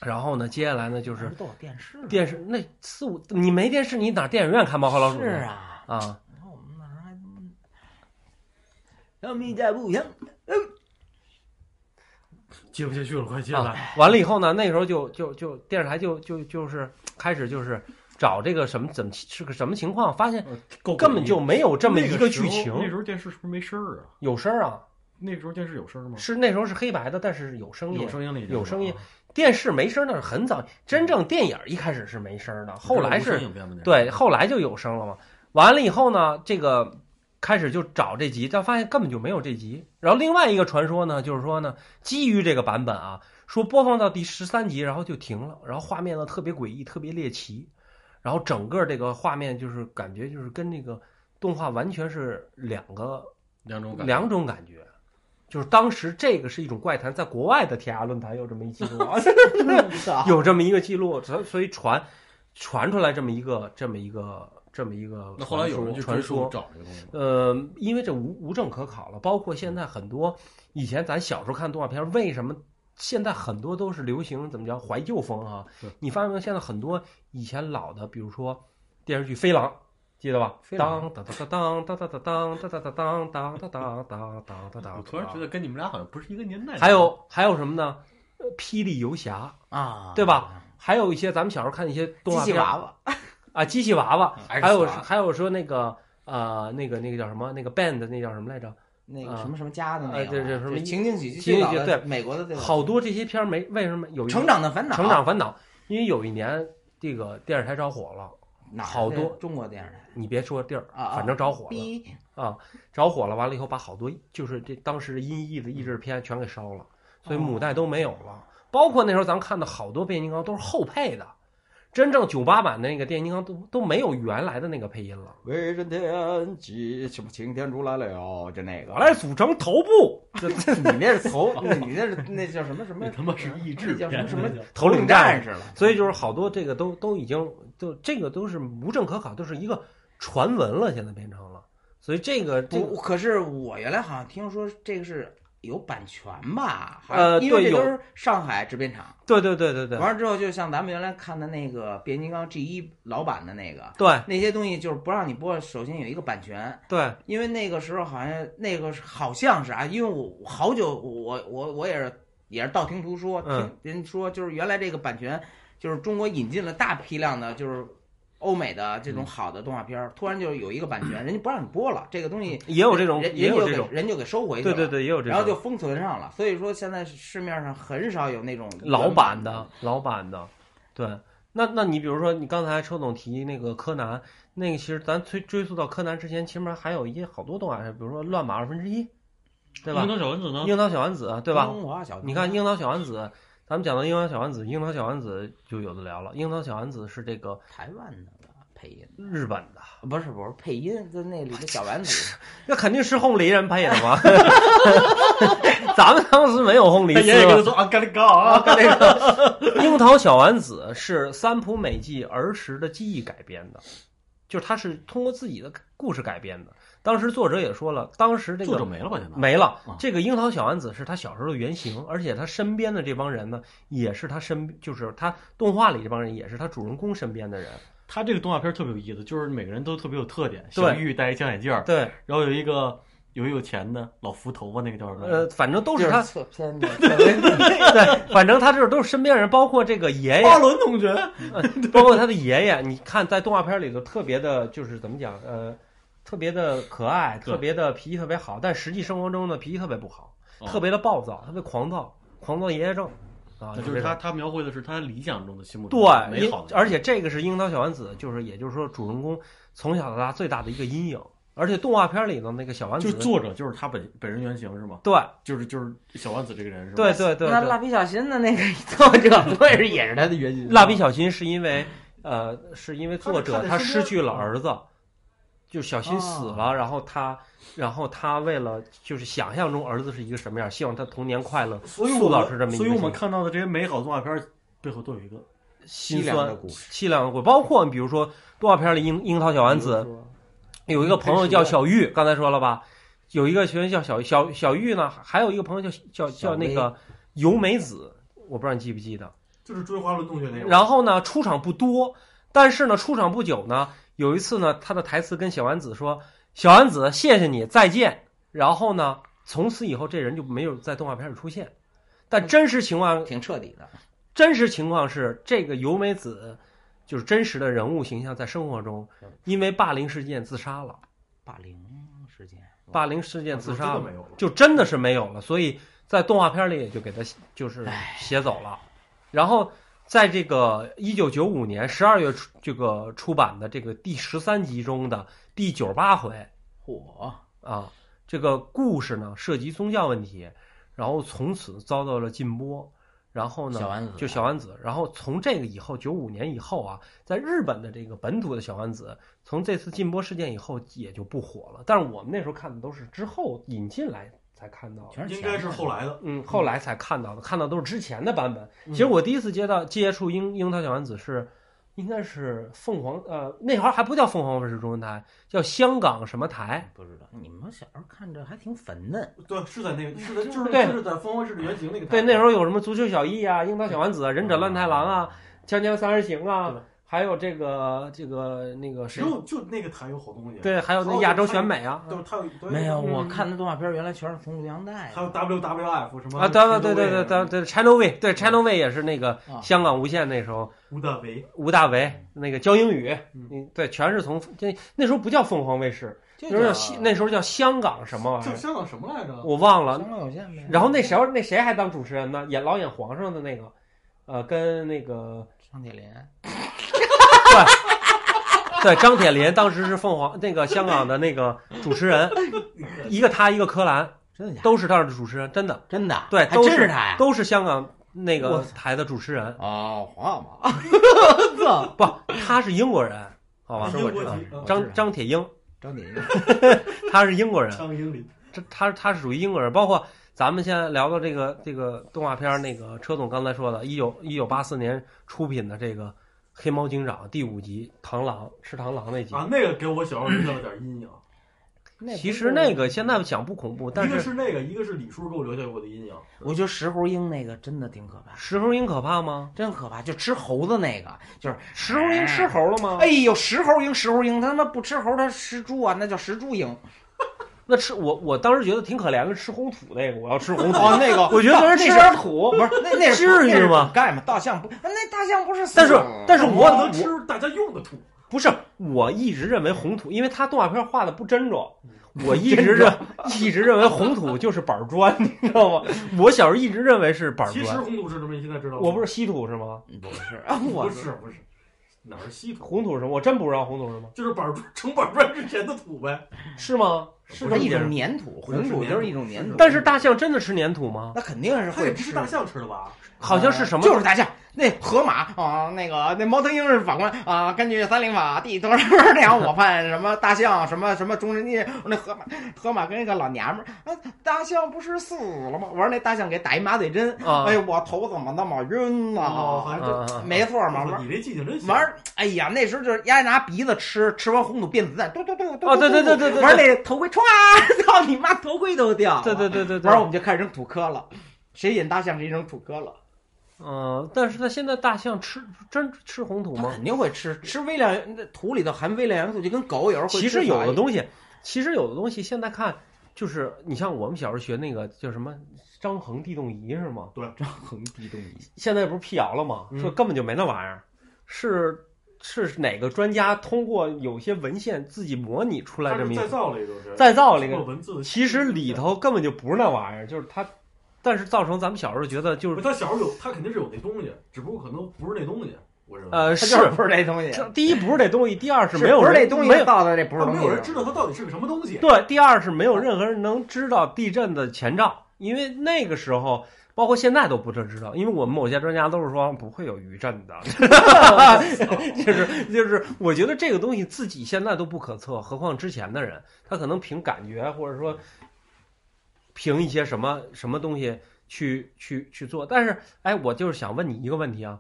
[SPEAKER 1] 然后呢，接下来呢就
[SPEAKER 3] 不
[SPEAKER 1] 是
[SPEAKER 3] 都有电视了？
[SPEAKER 1] 电视那四五，你没电视，你哪电影院看《猫和老鼠》
[SPEAKER 3] 是
[SPEAKER 1] 去？
[SPEAKER 3] 啊，
[SPEAKER 1] 啊，
[SPEAKER 3] 你看我们那时候还他妈，小米在不行，
[SPEAKER 2] 接不下去了，快进
[SPEAKER 1] 啊
[SPEAKER 2] 来。
[SPEAKER 1] 完了以后呢，那时候就就就电视台就就就是开始就是找这个什么怎么是个什么情况，发现
[SPEAKER 2] 呃够
[SPEAKER 1] 根本就没有这么
[SPEAKER 2] 那
[SPEAKER 1] 一
[SPEAKER 2] 个时
[SPEAKER 1] 剧
[SPEAKER 2] 候
[SPEAKER 1] 情，
[SPEAKER 2] 那时候电视是不是没声儿啊？
[SPEAKER 1] 有声儿啊，
[SPEAKER 2] 那时候电视有声儿吗？
[SPEAKER 1] 是那时候是黑白的，但是有声音
[SPEAKER 2] 有。声音了已经，啊
[SPEAKER 1] 有声音电视没声儿那是很早，真正电影儿一开始是没声儿的，后来是对，后来就有声了嘛。完了以后呢，这个开始就找这集，但发现根本就没有这集。然后另外一个传说呢，就是说呢，基于这个版本啊，说播放到第十三集，然后就停了，然后画面呢特别诡异，特别猎奇，然后整个这个画面就是感觉就是跟那个动画完全是两个
[SPEAKER 2] 两种感觉
[SPEAKER 1] 两种感觉。就是当时这个是一种怪谈，在国外的天涯论坛有这么一记录啊，有这么一个记录，所所以传传出来这么一个这么一个这么一个
[SPEAKER 2] 那后来有人去
[SPEAKER 1] 传
[SPEAKER 2] 追溯
[SPEAKER 1] 说，
[SPEAKER 2] 找这个东西吗，
[SPEAKER 1] 呃，因为这无无证可考了，包括现在很多以前咱小时候看动画片，为什么现在很多都是流行怎么叫怀旧风啊
[SPEAKER 2] 对？
[SPEAKER 1] 你发现没有？现在很多以前老的，比如说电视剧《飞狼》。记得吧？
[SPEAKER 3] 飞
[SPEAKER 1] 当
[SPEAKER 3] 狼
[SPEAKER 1] 当当当当当当当当当当当当当当当当当。
[SPEAKER 2] 我突然觉得跟你们俩好像不是一个年代的。
[SPEAKER 1] 啊还有还有什么呢？呃霹雳游侠，
[SPEAKER 3] 啊，
[SPEAKER 1] 对吧？还有一些咱们小时候看的一些动
[SPEAKER 3] 机
[SPEAKER 1] 画
[SPEAKER 3] 器
[SPEAKER 1] 片
[SPEAKER 3] 娃娃，
[SPEAKER 1] 啊，机器娃娃，
[SPEAKER 2] X
[SPEAKER 1] 还有
[SPEAKER 2] 娃
[SPEAKER 1] 还有说那个呃，那个那个叫什么？那个 band 那叫什么来着？
[SPEAKER 3] 那个
[SPEAKER 1] 啊
[SPEAKER 3] 什么什么家的那
[SPEAKER 1] 啊
[SPEAKER 3] 个，
[SPEAKER 1] 对对什么
[SPEAKER 3] 就情景喜剧
[SPEAKER 1] 情景
[SPEAKER 3] 最早
[SPEAKER 1] 喜剧
[SPEAKER 3] 的，
[SPEAKER 1] 对
[SPEAKER 3] 美国的最早
[SPEAKER 1] 好多这些片儿没为什么有一
[SPEAKER 3] 成长的烦恼》，
[SPEAKER 1] 成长烦恼，因为有一年这个电视台着火了，
[SPEAKER 3] 哪儿
[SPEAKER 1] 好多
[SPEAKER 3] 的中国电视台
[SPEAKER 1] 你别说地儿，
[SPEAKER 3] 啊啊
[SPEAKER 1] 反正着火了，
[SPEAKER 3] 逼
[SPEAKER 1] 着火了，完了以后把好多就是这当时音译的译制片全给烧
[SPEAKER 3] 哦
[SPEAKER 1] 了，所以母带都没有了。包括那时候咱们看的好多变形金刚都是后配的，真正九八版那个变形金刚都都没有原来的那个配音了，
[SPEAKER 3] 为人天机，什么擎天柱来了，就那个
[SPEAKER 1] 我。来组成头部
[SPEAKER 3] 这这你那是头，你那是那叫什么什么
[SPEAKER 2] 那他妈是意志
[SPEAKER 3] 那叫什么什么
[SPEAKER 2] 片那叫
[SPEAKER 1] 头领战
[SPEAKER 3] 战
[SPEAKER 1] 士，
[SPEAKER 3] 士了？
[SPEAKER 1] 所以就是好多这个都都已经都这个都是无证可考，都是一个传闻了，现在变成了，所以这个这个
[SPEAKER 3] 不，可是我原来好像听说这个是有版权吧？好
[SPEAKER 1] 呃
[SPEAKER 3] 像因为
[SPEAKER 1] 对
[SPEAKER 3] 这都
[SPEAKER 1] 有
[SPEAKER 3] 是上海制片厂。
[SPEAKER 1] 对对对对对
[SPEAKER 3] 完了之后，就像咱们原来看的那个《变形金刚 G 一》老版的那个，
[SPEAKER 1] 对
[SPEAKER 3] 那些东西就是不让你播，首先有一个版权，
[SPEAKER 1] 对，
[SPEAKER 3] 因为那个时候好像那个是好像是啊，因为我我好久我我我也是也是道听途说，
[SPEAKER 1] 嗯
[SPEAKER 3] 听人说就是原来这个版权就是中国引进了大批量的，就是欧美的这
[SPEAKER 1] 嗯
[SPEAKER 3] 种好的动画片儿，突然就有一个版权，人家不让你播了，这个东西
[SPEAKER 1] 也有这种
[SPEAKER 3] 人
[SPEAKER 1] 也
[SPEAKER 3] 人
[SPEAKER 1] 有
[SPEAKER 3] 就
[SPEAKER 1] 这种
[SPEAKER 3] 给，人就给收回去
[SPEAKER 1] 对
[SPEAKER 3] 了，
[SPEAKER 1] 对对，也有这
[SPEAKER 3] 啊然后就
[SPEAKER 1] 种
[SPEAKER 3] 封存上了。所以说现在市面上很少有那种
[SPEAKER 1] 老版的老版的，对。那那你比如说，你刚才车总提那个柯南，那个其实咱追追溯到柯南之前，起码还有一些好多动画片，比如说《乱马二分之一》，对吧
[SPEAKER 2] 樱？桃小丸子
[SPEAKER 3] 嗯
[SPEAKER 2] 呢？
[SPEAKER 1] 樱桃小丸子，对吧？
[SPEAKER 3] 中华小
[SPEAKER 1] 你看樱桃小丸子，咱们讲到樱桃小丸子，樱桃小丸子就有的聊了。樱桃小丸子是这个
[SPEAKER 3] 台湾的吧配音
[SPEAKER 1] 日本的，
[SPEAKER 3] 不是不是配音，就那里的小丸子
[SPEAKER 1] 那肯定是红梨人配的嘛。 咱们当时没有红梨
[SPEAKER 2] 他
[SPEAKER 1] 丝
[SPEAKER 2] 爷爷跟
[SPEAKER 1] 嘛。
[SPEAKER 2] 他说啊，干得高啊！
[SPEAKER 1] 那个 樱桃小丸子是三浦美纪儿时的记忆改编的，就是他是通过自己的故事改编的。当时作者也说了，当时这
[SPEAKER 2] 作者
[SPEAKER 1] 个
[SPEAKER 2] 没了吧？现在
[SPEAKER 1] 没了
[SPEAKER 2] 啊。
[SPEAKER 1] 这个樱桃小丸子是他小时候的原型，而且他身边的这帮人呢，也是他身，就是他动画里这帮人，也是他主人公身边的人。
[SPEAKER 2] 他这个动画片特别有意思，就是每个人都特别有特点。
[SPEAKER 1] 对
[SPEAKER 2] 小玉戴一枪眼镜儿，
[SPEAKER 1] 对，
[SPEAKER 2] 然后有一个有有钱的老扶头发那个叫什么？
[SPEAKER 1] 呃，反 正都
[SPEAKER 3] 就是
[SPEAKER 1] 他，
[SPEAKER 3] 侧 偏的特别
[SPEAKER 1] 对，反正他这都是身边人，包括这个爷
[SPEAKER 2] 巴
[SPEAKER 1] 爷，
[SPEAKER 2] 伦同学。
[SPEAKER 1] 包括他的爷爷。你看，在动画片里头特别的，就是怎么讲，呃，特别的可爱，
[SPEAKER 2] 对
[SPEAKER 1] 特别的脾气特别好，但实际生活中呢，脾气特别不好，
[SPEAKER 2] 哦
[SPEAKER 1] 特别的暴躁，特别狂躁，狂躁爷爷症啊，
[SPEAKER 2] 那就
[SPEAKER 1] 这种
[SPEAKER 2] 是他，他描绘的是他理想中的心目中
[SPEAKER 1] 对，
[SPEAKER 2] 美
[SPEAKER 1] 因
[SPEAKER 2] 好的，
[SPEAKER 1] 而且这个是樱桃小丸子，就是也就是说主人公从小到大最大的一个阴影，而且动画片里头那个小丸
[SPEAKER 2] 就
[SPEAKER 1] 子
[SPEAKER 2] 是作者就是他本本人原型是吗？
[SPEAKER 1] 对
[SPEAKER 2] 就是就是小丸子这个人是吧？
[SPEAKER 1] 对对对
[SPEAKER 3] 那
[SPEAKER 1] 对
[SPEAKER 3] 蜡笔小新的那个作 者不也是也是他的原
[SPEAKER 2] 嗯
[SPEAKER 3] 型？
[SPEAKER 1] 蜡笔小新是因为呃是因为作者
[SPEAKER 2] 他
[SPEAKER 1] 他
[SPEAKER 2] 是哦
[SPEAKER 1] 失去了儿子，就小新死了，然后他然后他为了就是想象中儿子是一个什么样，希望他童年快乐，
[SPEAKER 2] 所以
[SPEAKER 1] 塑
[SPEAKER 2] 我
[SPEAKER 1] 造是这么一个
[SPEAKER 2] 所以我们看到的这些美好动画片背后都有一个
[SPEAKER 1] 心
[SPEAKER 3] 凄凉
[SPEAKER 1] 酸
[SPEAKER 3] 的故事
[SPEAKER 1] 凄凉的故事，包括比如说动画片里樱樱桃小丸
[SPEAKER 2] 嗯
[SPEAKER 1] 子。有一个朋友叫小玉，刚才说了吧？有一个学员叫小小小玉呢，还有一个朋友叫叫
[SPEAKER 3] 小
[SPEAKER 1] 叫
[SPEAKER 3] 薇
[SPEAKER 1] 那个由美子，我不知道你记不记得。
[SPEAKER 2] 就是追花轮同学那
[SPEAKER 1] 然后呢，出场不多，但是呢，出场不久呢，有一次呢，他的台词跟小丸子说：“小丸子，谢谢你，再见。”然后呢，从此以后这人就没有在动画片里出现。但真实情况，
[SPEAKER 3] 挺彻底的，
[SPEAKER 1] 真实情况是，这个由美子就是真实的人物形象，在生活中因为霸凌事件自杀了，
[SPEAKER 3] 霸凌事件，
[SPEAKER 1] 霸凌事件自杀了。
[SPEAKER 2] 有了
[SPEAKER 1] 就真的是没有了，所以在动画片里也就给他写就是写走了。然后在这个一九九五年十二月出这个出版的这个第十三集中的第九十八回
[SPEAKER 2] 哦
[SPEAKER 3] 嚯，
[SPEAKER 1] 啊，这个故事呢涉及宗教问题，然后从此遭到了禁播。然后呢，
[SPEAKER 3] 小丸子
[SPEAKER 1] 就小丸子。然后从这个以后，九五年以后啊，在日本的这个本土的小丸子，从这次禁播事件以后也就不火了。但是我们那时候看的都是之后引进来才看到的，
[SPEAKER 3] 全是
[SPEAKER 2] 应该是
[SPEAKER 3] 钱
[SPEAKER 2] 后来的。
[SPEAKER 1] 嗯，后来才看到的，看到都是之前的版本。
[SPEAKER 2] 嗯
[SPEAKER 1] 其实我第一次接到接触樱樱桃小丸子是，应该是凤凰呃那会儿还不叫凤凰卫视中文台，叫香港什么台。
[SPEAKER 3] 哎不知道。你们小时候看着还挺粉嫩，
[SPEAKER 2] 对，是在那个，是在就是
[SPEAKER 1] 对
[SPEAKER 2] 是在凤凰卫视的原型那个
[SPEAKER 1] 对，
[SPEAKER 2] 台
[SPEAKER 1] 那时候有什么足球小艺啊、樱桃小丸子啊、忍者乱太郎啊、锵锵三人行
[SPEAKER 2] 对
[SPEAKER 1] 啊，还有这个这个那个
[SPEAKER 2] 只
[SPEAKER 1] 谁？
[SPEAKER 2] 有就那个台有好东西。，
[SPEAKER 1] 对，还有那亚洲选美啊。
[SPEAKER 2] 都是他有都
[SPEAKER 3] 没有？
[SPEAKER 1] 嗯
[SPEAKER 3] 我看的动画片原来全是从录像带的，
[SPEAKER 2] 还有 WWF 什么
[SPEAKER 1] 啊，对对对对对对对，Channel V，对 Channel V 也是那个
[SPEAKER 3] 啊
[SPEAKER 1] 香港无线那时候，
[SPEAKER 2] 吴大维
[SPEAKER 1] 吴大维那个教英语，
[SPEAKER 2] 嗯
[SPEAKER 1] 嗯，对，全是从这那时候不叫凤凰卫视，
[SPEAKER 3] 就
[SPEAKER 1] 那时候叫
[SPEAKER 3] 叫
[SPEAKER 1] 西，那时候叫香港什么玩意
[SPEAKER 2] 叫
[SPEAKER 1] 儿，
[SPEAKER 2] 香港什么来着？
[SPEAKER 1] 我忘了。
[SPEAKER 3] 香港有线呗。
[SPEAKER 1] 然后那时候那谁还当主持人呢？演老演皇上的那个，呃，跟那个
[SPEAKER 3] 张铁林，
[SPEAKER 1] 对张铁林当时是凤凰那个香港的那个主持 人，一个他一个柯蓝
[SPEAKER 3] 真的假的？
[SPEAKER 1] 都是他的主持人，真的
[SPEAKER 3] 真的，啊
[SPEAKER 1] 对
[SPEAKER 3] 还
[SPEAKER 1] 都
[SPEAKER 3] 真
[SPEAKER 1] 是
[SPEAKER 3] 他呀！哦
[SPEAKER 1] 都是香港那
[SPEAKER 3] 我
[SPEAKER 1] 个台的主持人，
[SPEAKER 4] 啊，皇阿玛，
[SPEAKER 1] 不，他是英国人，好吧
[SPEAKER 4] 是？
[SPEAKER 2] 英
[SPEAKER 4] 我
[SPEAKER 2] 国
[SPEAKER 4] 知道
[SPEAKER 2] 籍，啊
[SPEAKER 4] 我知道
[SPEAKER 1] 张张铁英，
[SPEAKER 4] 张 鼎，
[SPEAKER 1] 他是英国人，
[SPEAKER 2] 张英里，
[SPEAKER 1] 这他他是属于英国人，包括咱们现在聊到这个这个动画片儿，那个车总刚才说的，一九一九八四年出品的这个《黑猫警长》第五集《螳螂吃螳螂》那集，
[SPEAKER 2] 啊，那个给我小时候留下了点阴影。
[SPEAKER 1] 其实那个现在想不恐怖，但
[SPEAKER 2] 一个
[SPEAKER 1] 是
[SPEAKER 2] 是那个，一个是李叔给我留下过的阴影。
[SPEAKER 3] 我觉得石猴鹰那个真的挺可怕，
[SPEAKER 1] 石猴鹰可怕吗？
[SPEAKER 3] 真可怕，就吃猴子那个，就是
[SPEAKER 1] 石猴鹰吃猴了吗？
[SPEAKER 3] 哎呦，石猴鹰，石猴鹰，他他妈不吃猴，他食猪啊，那叫食猪鹰。
[SPEAKER 1] 那吃我我当时觉得挺可怜的，吃红土那个，我要吃红土，
[SPEAKER 3] 哦，那个，
[SPEAKER 1] 我觉得
[SPEAKER 3] 那
[SPEAKER 1] 人吃点土
[SPEAKER 3] 不。是那那是
[SPEAKER 1] 至于
[SPEAKER 3] 那是
[SPEAKER 1] 吗
[SPEAKER 3] 梗概嘛，大象不，那大象不是死
[SPEAKER 1] 但是
[SPEAKER 3] 了吗，
[SPEAKER 1] 但是我
[SPEAKER 2] 能
[SPEAKER 1] 我
[SPEAKER 2] 吃大家用的土，
[SPEAKER 1] 不是，我一直认为红土，因为他动画片画的不真着，
[SPEAKER 3] 嗯
[SPEAKER 1] 我一直认一直认为红土就是板砖，你知道吗？ 我小时候一直认为是板
[SPEAKER 2] 其实
[SPEAKER 1] 砖，
[SPEAKER 2] 红土是什么？你现在知道吗？
[SPEAKER 1] 我不是稀土是吗？
[SPEAKER 3] 不是
[SPEAKER 1] 哦
[SPEAKER 3] 啊，我
[SPEAKER 2] 不是不是，哪儿是稀土？
[SPEAKER 1] 红土是吗？我真不知道红土是吗？
[SPEAKER 2] 就是板砖盛板砖之前的土呗。
[SPEAKER 1] 是吗？
[SPEAKER 2] 是
[SPEAKER 3] 它
[SPEAKER 1] 这
[SPEAKER 3] 一
[SPEAKER 1] 点
[SPEAKER 3] 种
[SPEAKER 1] 儿
[SPEAKER 3] 粘土，
[SPEAKER 2] 不是
[SPEAKER 3] 红土
[SPEAKER 2] 是
[SPEAKER 3] 就是
[SPEAKER 2] 粘
[SPEAKER 3] 一种
[SPEAKER 2] 土
[SPEAKER 3] 粘
[SPEAKER 2] 是
[SPEAKER 3] 土，
[SPEAKER 1] 但是大象真的吃粘土吗？
[SPEAKER 3] 那肯定是
[SPEAKER 2] 它也
[SPEAKER 3] 会
[SPEAKER 2] 不是
[SPEAKER 3] 吃
[SPEAKER 2] 大象吃的吧？
[SPEAKER 1] 好像是什么？
[SPEAKER 3] 就是大象，那河马啊、那个那猫头鹰是法官啊、根据三零法第多少多少条，我判什么大象什么什么终身禁。那河马，河马跟一个老娘们儿，啊，大象不是死了吗？我说那大象给打一麻醉针，
[SPEAKER 1] 啊
[SPEAKER 3] 哎呦，我头怎么那么晕呢、
[SPEAKER 2] 哦，还真。
[SPEAKER 1] 啊啊
[SPEAKER 3] 没错嘛，玩
[SPEAKER 2] 你这记性真行。
[SPEAKER 3] 玩儿，哎呀，那时候就是丫拿鼻子吃，吃完红土变子弹，嘟嘟嘟嘟，
[SPEAKER 1] 哦对对对对对
[SPEAKER 3] 玩那头盔冲啊， 操你妈，头盔都掉了，
[SPEAKER 1] 对对对对对，
[SPEAKER 3] 嗯玩儿我们就开始扔土坷了，谁引大象谁扔土坷了。
[SPEAKER 1] 嗯，但是它现在大象吃真吃红土
[SPEAKER 3] 它
[SPEAKER 1] 吗？
[SPEAKER 3] 肯定会吃，吃微量元那土里头含微量元素，就跟狗有时候会吃
[SPEAKER 1] 其实有
[SPEAKER 3] 草
[SPEAKER 1] 的
[SPEAKER 3] 一
[SPEAKER 1] 东西，其实有的东西现在看，就是你像我们小时候学那个叫什么张衡地动仪是吗？
[SPEAKER 4] 横地动仪，
[SPEAKER 1] 现在不是辟谣了吗？
[SPEAKER 2] 嗯
[SPEAKER 1] 说根本就没那玩意儿，是是哪个专家通过有些文献自己模拟出来
[SPEAKER 2] 它
[SPEAKER 1] 这么
[SPEAKER 2] 是
[SPEAKER 1] 一
[SPEAKER 2] 再
[SPEAKER 1] 个
[SPEAKER 2] 造了一个，是
[SPEAKER 1] 再造了一
[SPEAKER 2] 通
[SPEAKER 3] 哦
[SPEAKER 1] 个，
[SPEAKER 2] 过文字的
[SPEAKER 1] 其实里头根本就不是那玩意儿，就是它，但是造成咱们小时候觉得就
[SPEAKER 2] 不是
[SPEAKER 1] 是
[SPEAKER 2] 他小时候有，他肯定是有那东西，只不过可能不是那东西。我认为，
[SPEAKER 1] 呃
[SPEAKER 3] 嗯它
[SPEAKER 1] 是
[SPEAKER 3] 就是不是这东西，啊
[SPEAKER 1] 这第一不是这东西，第二是没有
[SPEAKER 3] 不是
[SPEAKER 1] 人
[SPEAKER 3] 这东西
[SPEAKER 1] 没有
[SPEAKER 3] 到的，这不是
[SPEAKER 2] 但
[SPEAKER 3] 东
[SPEAKER 2] 没
[SPEAKER 3] 西。
[SPEAKER 2] 有人知道它到底是个什么东西。
[SPEAKER 1] 对，第二是没有任何人能知道地震的前兆，因为那个时候。包括现在都不知知道，因为我们某些专家都是说不会有余震的， 就是就是，我觉得这个东西自己现在都不可测，何况之前的人，他可能凭感觉或者说凭一些什么什么东西去去去做。但是，哎，我就是想问你一个问题啊，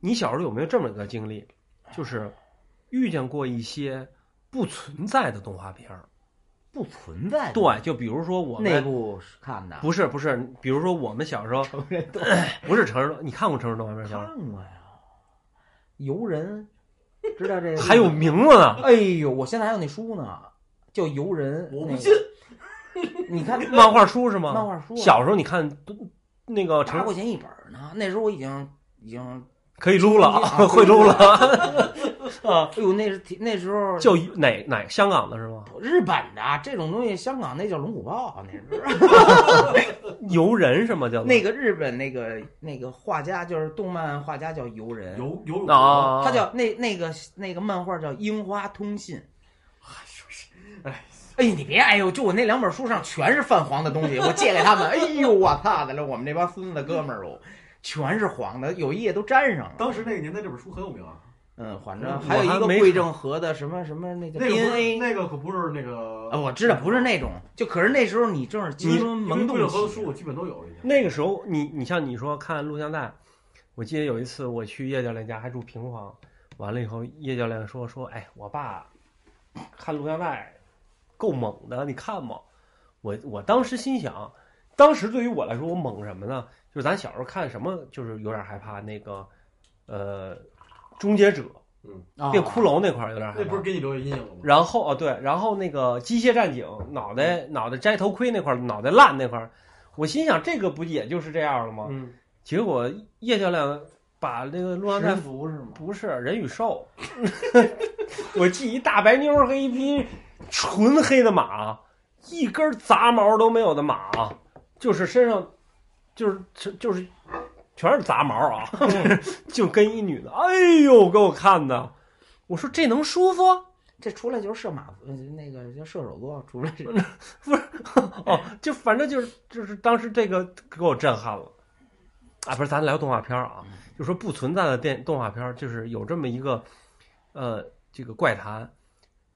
[SPEAKER 1] 你小时候有没有这么一个经历，就是遇见过一些不存在的动画片儿？
[SPEAKER 3] 不存在的
[SPEAKER 1] 对，就比如说我
[SPEAKER 3] 内
[SPEAKER 1] 们
[SPEAKER 3] 部是看的，
[SPEAKER 1] 不是不是，比如说我们小时候
[SPEAKER 3] 成人都
[SPEAKER 1] 不是成人动，你看过成人动画片小时
[SPEAKER 3] 看过呀。游人，知 道这个
[SPEAKER 1] 候？还有
[SPEAKER 3] 吗
[SPEAKER 1] 名字呢？
[SPEAKER 3] 哎呦，我现在还有那书呢，叫游人。
[SPEAKER 2] 我不
[SPEAKER 3] 那个
[SPEAKER 2] 信，
[SPEAKER 3] 你看
[SPEAKER 1] 漫画书是
[SPEAKER 3] 漫
[SPEAKER 1] 吗？
[SPEAKER 3] 画书啊，
[SPEAKER 1] 小时候你看那个
[SPEAKER 3] 八
[SPEAKER 1] 成
[SPEAKER 3] 块钱一本呢，那时候我已经已经，
[SPEAKER 1] 可以撸了啊，
[SPEAKER 3] 啊
[SPEAKER 1] 会撸了啊啊，
[SPEAKER 3] 哎呦，那是挺那时候
[SPEAKER 1] 叫哪哪香港的是吗？
[SPEAKER 3] 日本的这种东西，香港那叫龙虎豹，啊那是。
[SPEAKER 1] 游人是吗？叫做
[SPEAKER 3] 那个日本那个那个画家就是动漫画家叫游人，
[SPEAKER 2] 游游泳
[SPEAKER 1] 啊，
[SPEAKER 3] 他叫那那个那个漫画叫《樱花通信》。
[SPEAKER 2] 哎，
[SPEAKER 3] 哎，你别哎呦！就我那两本书上全是泛黄的东西，我借给他们。哎呦，我操的了！我们这帮孙子哥们儿哦，全是黄的，有一页都沾上了。
[SPEAKER 2] 当时那个年代这本书很有名啊，
[SPEAKER 3] 嗯，反
[SPEAKER 1] 我
[SPEAKER 3] 正
[SPEAKER 1] 还
[SPEAKER 3] 还有一个
[SPEAKER 1] 没
[SPEAKER 3] 桂正和的什么什么那叫
[SPEAKER 2] 那个不是
[SPEAKER 3] DNA
[SPEAKER 2] 那个可不是那个
[SPEAKER 3] 啊，我知道不是那种，就可是那时候你正是青春萌
[SPEAKER 2] 贵
[SPEAKER 3] 动
[SPEAKER 2] 了和书
[SPEAKER 3] 期。
[SPEAKER 2] 我基本都有了已经。
[SPEAKER 1] 那个时候，你你像你说看录像带，我记得有一次我去叶教练家，还住平房，完了以后叶教练说说，哎，我爸看录像带够猛的，你看吗？我我当时心想，当时对于我来说，我猛什么呢？就是咱小时候看什么，就是有点害怕那个，呃，终结者
[SPEAKER 3] 啊
[SPEAKER 1] 变骷髅那块儿有点害
[SPEAKER 2] 那不
[SPEAKER 1] 怕
[SPEAKER 2] 是。给你留下阴影了吗？
[SPEAKER 1] 然后哦对，然后那个机械战警脑袋脑袋摘头盔那块儿，脑袋烂那块儿，我心想这个不也就是这样了吗？
[SPEAKER 2] 嗯，
[SPEAKER 1] 结果叶教练把那个录像带
[SPEAKER 3] 神符是吗？
[SPEAKER 1] 不是人与兽，我记一大白妞儿和一匹纯黑的马，一根杂毛都没有的马，就是身上就是就是全是杂毛啊， 就跟一女的，哎呦给我看的，我说这能舒服？
[SPEAKER 3] 这出来就是射马，呃那个叫射手座，出来是
[SPEAKER 1] 哦，就反正就是就是当时这个给我震撼了。啊，不是，咱聊动画片儿啊，就说不存在的电动画片儿，就是有这么一个，呃，这个怪谈，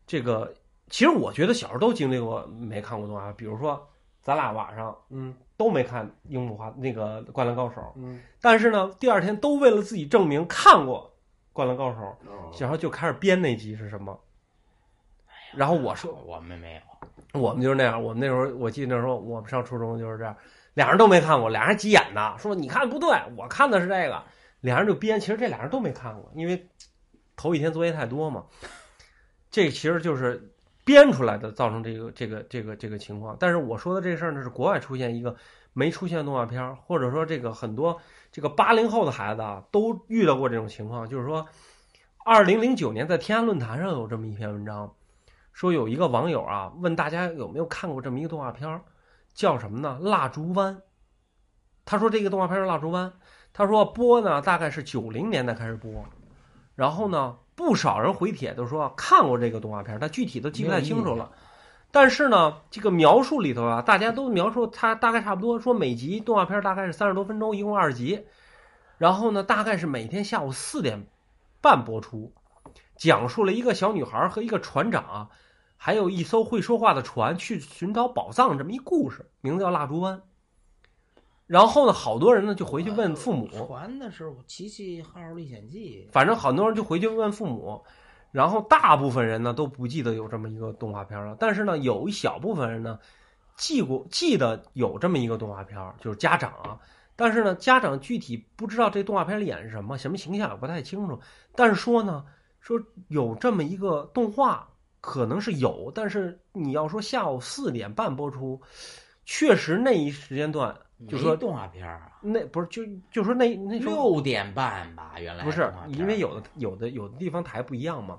[SPEAKER 1] 这个其实我觉得小时候都经历过没看过动画片，比如说咱俩晚上
[SPEAKER 2] 嗯
[SPEAKER 1] 都没看《樱木花》那个《灌篮高手》，
[SPEAKER 2] 嗯，
[SPEAKER 1] 但是呢，第二天都为了自己证明看过《灌篮高手》，
[SPEAKER 2] 哦
[SPEAKER 1] 然后就开始编那集是什么。然后啊我说，
[SPEAKER 3] 我们没有，
[SPEAKER 1] 我们就是那样，我们那时候我记得那时候我们上初中就是这样，俩人都没看过，俩人还急眼呢，说你看不对，我看的是这个，俩人就编，其实这俩人都没看过，因为头一天作业太多嘛，这其实就是编出来的，造成这个这个这个这个情况。但是我说的这事儿呢，是国外出现一个没出现动画片儿，或者说这个很多这个八零后的孩子啊，都遇到过这种情况，就是说，二零零九年在天安论坛上有这么一篇文章，说有一个网友啊问大家有没有看过这么一个动画片儿，叫什么呢？《蜡烛湾》。他说这个动画片是《蜡烛湾》，他说播呢大概是九零年代开始播，然后呢不少人回帖都说看过这个动画片儿，但具体都记不太清楚了。但是呢，这个描述里头啊，大家都描述它大概差不多，说每集动画片大概是三十多分钟，一共二集，然后呢，大概是每天下午四点半播出，讲述了一个小女孩和一个船长啊，还有一艘会说话的船去寻找宝藏这么一故事，名字叫《蜡烛湾》。然后呢，好多人呢就回去问父母，
[SPEAKER 3] 呃传的是《奇迹号历险记
[SPEAKER 1] 反正很多人就回去问父母，然后大部分人呢都不记得有这么一个动画片了，但是呢，有一小部分人呢记过记得有这么一个动画片儿，就是家长啊，但是呢，家长具体不知道这动画片里演是什么，什么形象也不太清楚，但是说呢，说有这么一个动画。可能是有，但是你要说下午四点半播出，确实那一时间段，》，就说
[SPEAKER 3] 没动画片儿啊，
[SPEAKER 1] 那不是就就说那那时候
[SPEAKER 3] 六点半吧，原来
[SPEAKER 1] 不是
[SPEAKER 3] 动画，片儿
[SPEAKER 1] 因为有的有的有的地方台不一样嘛，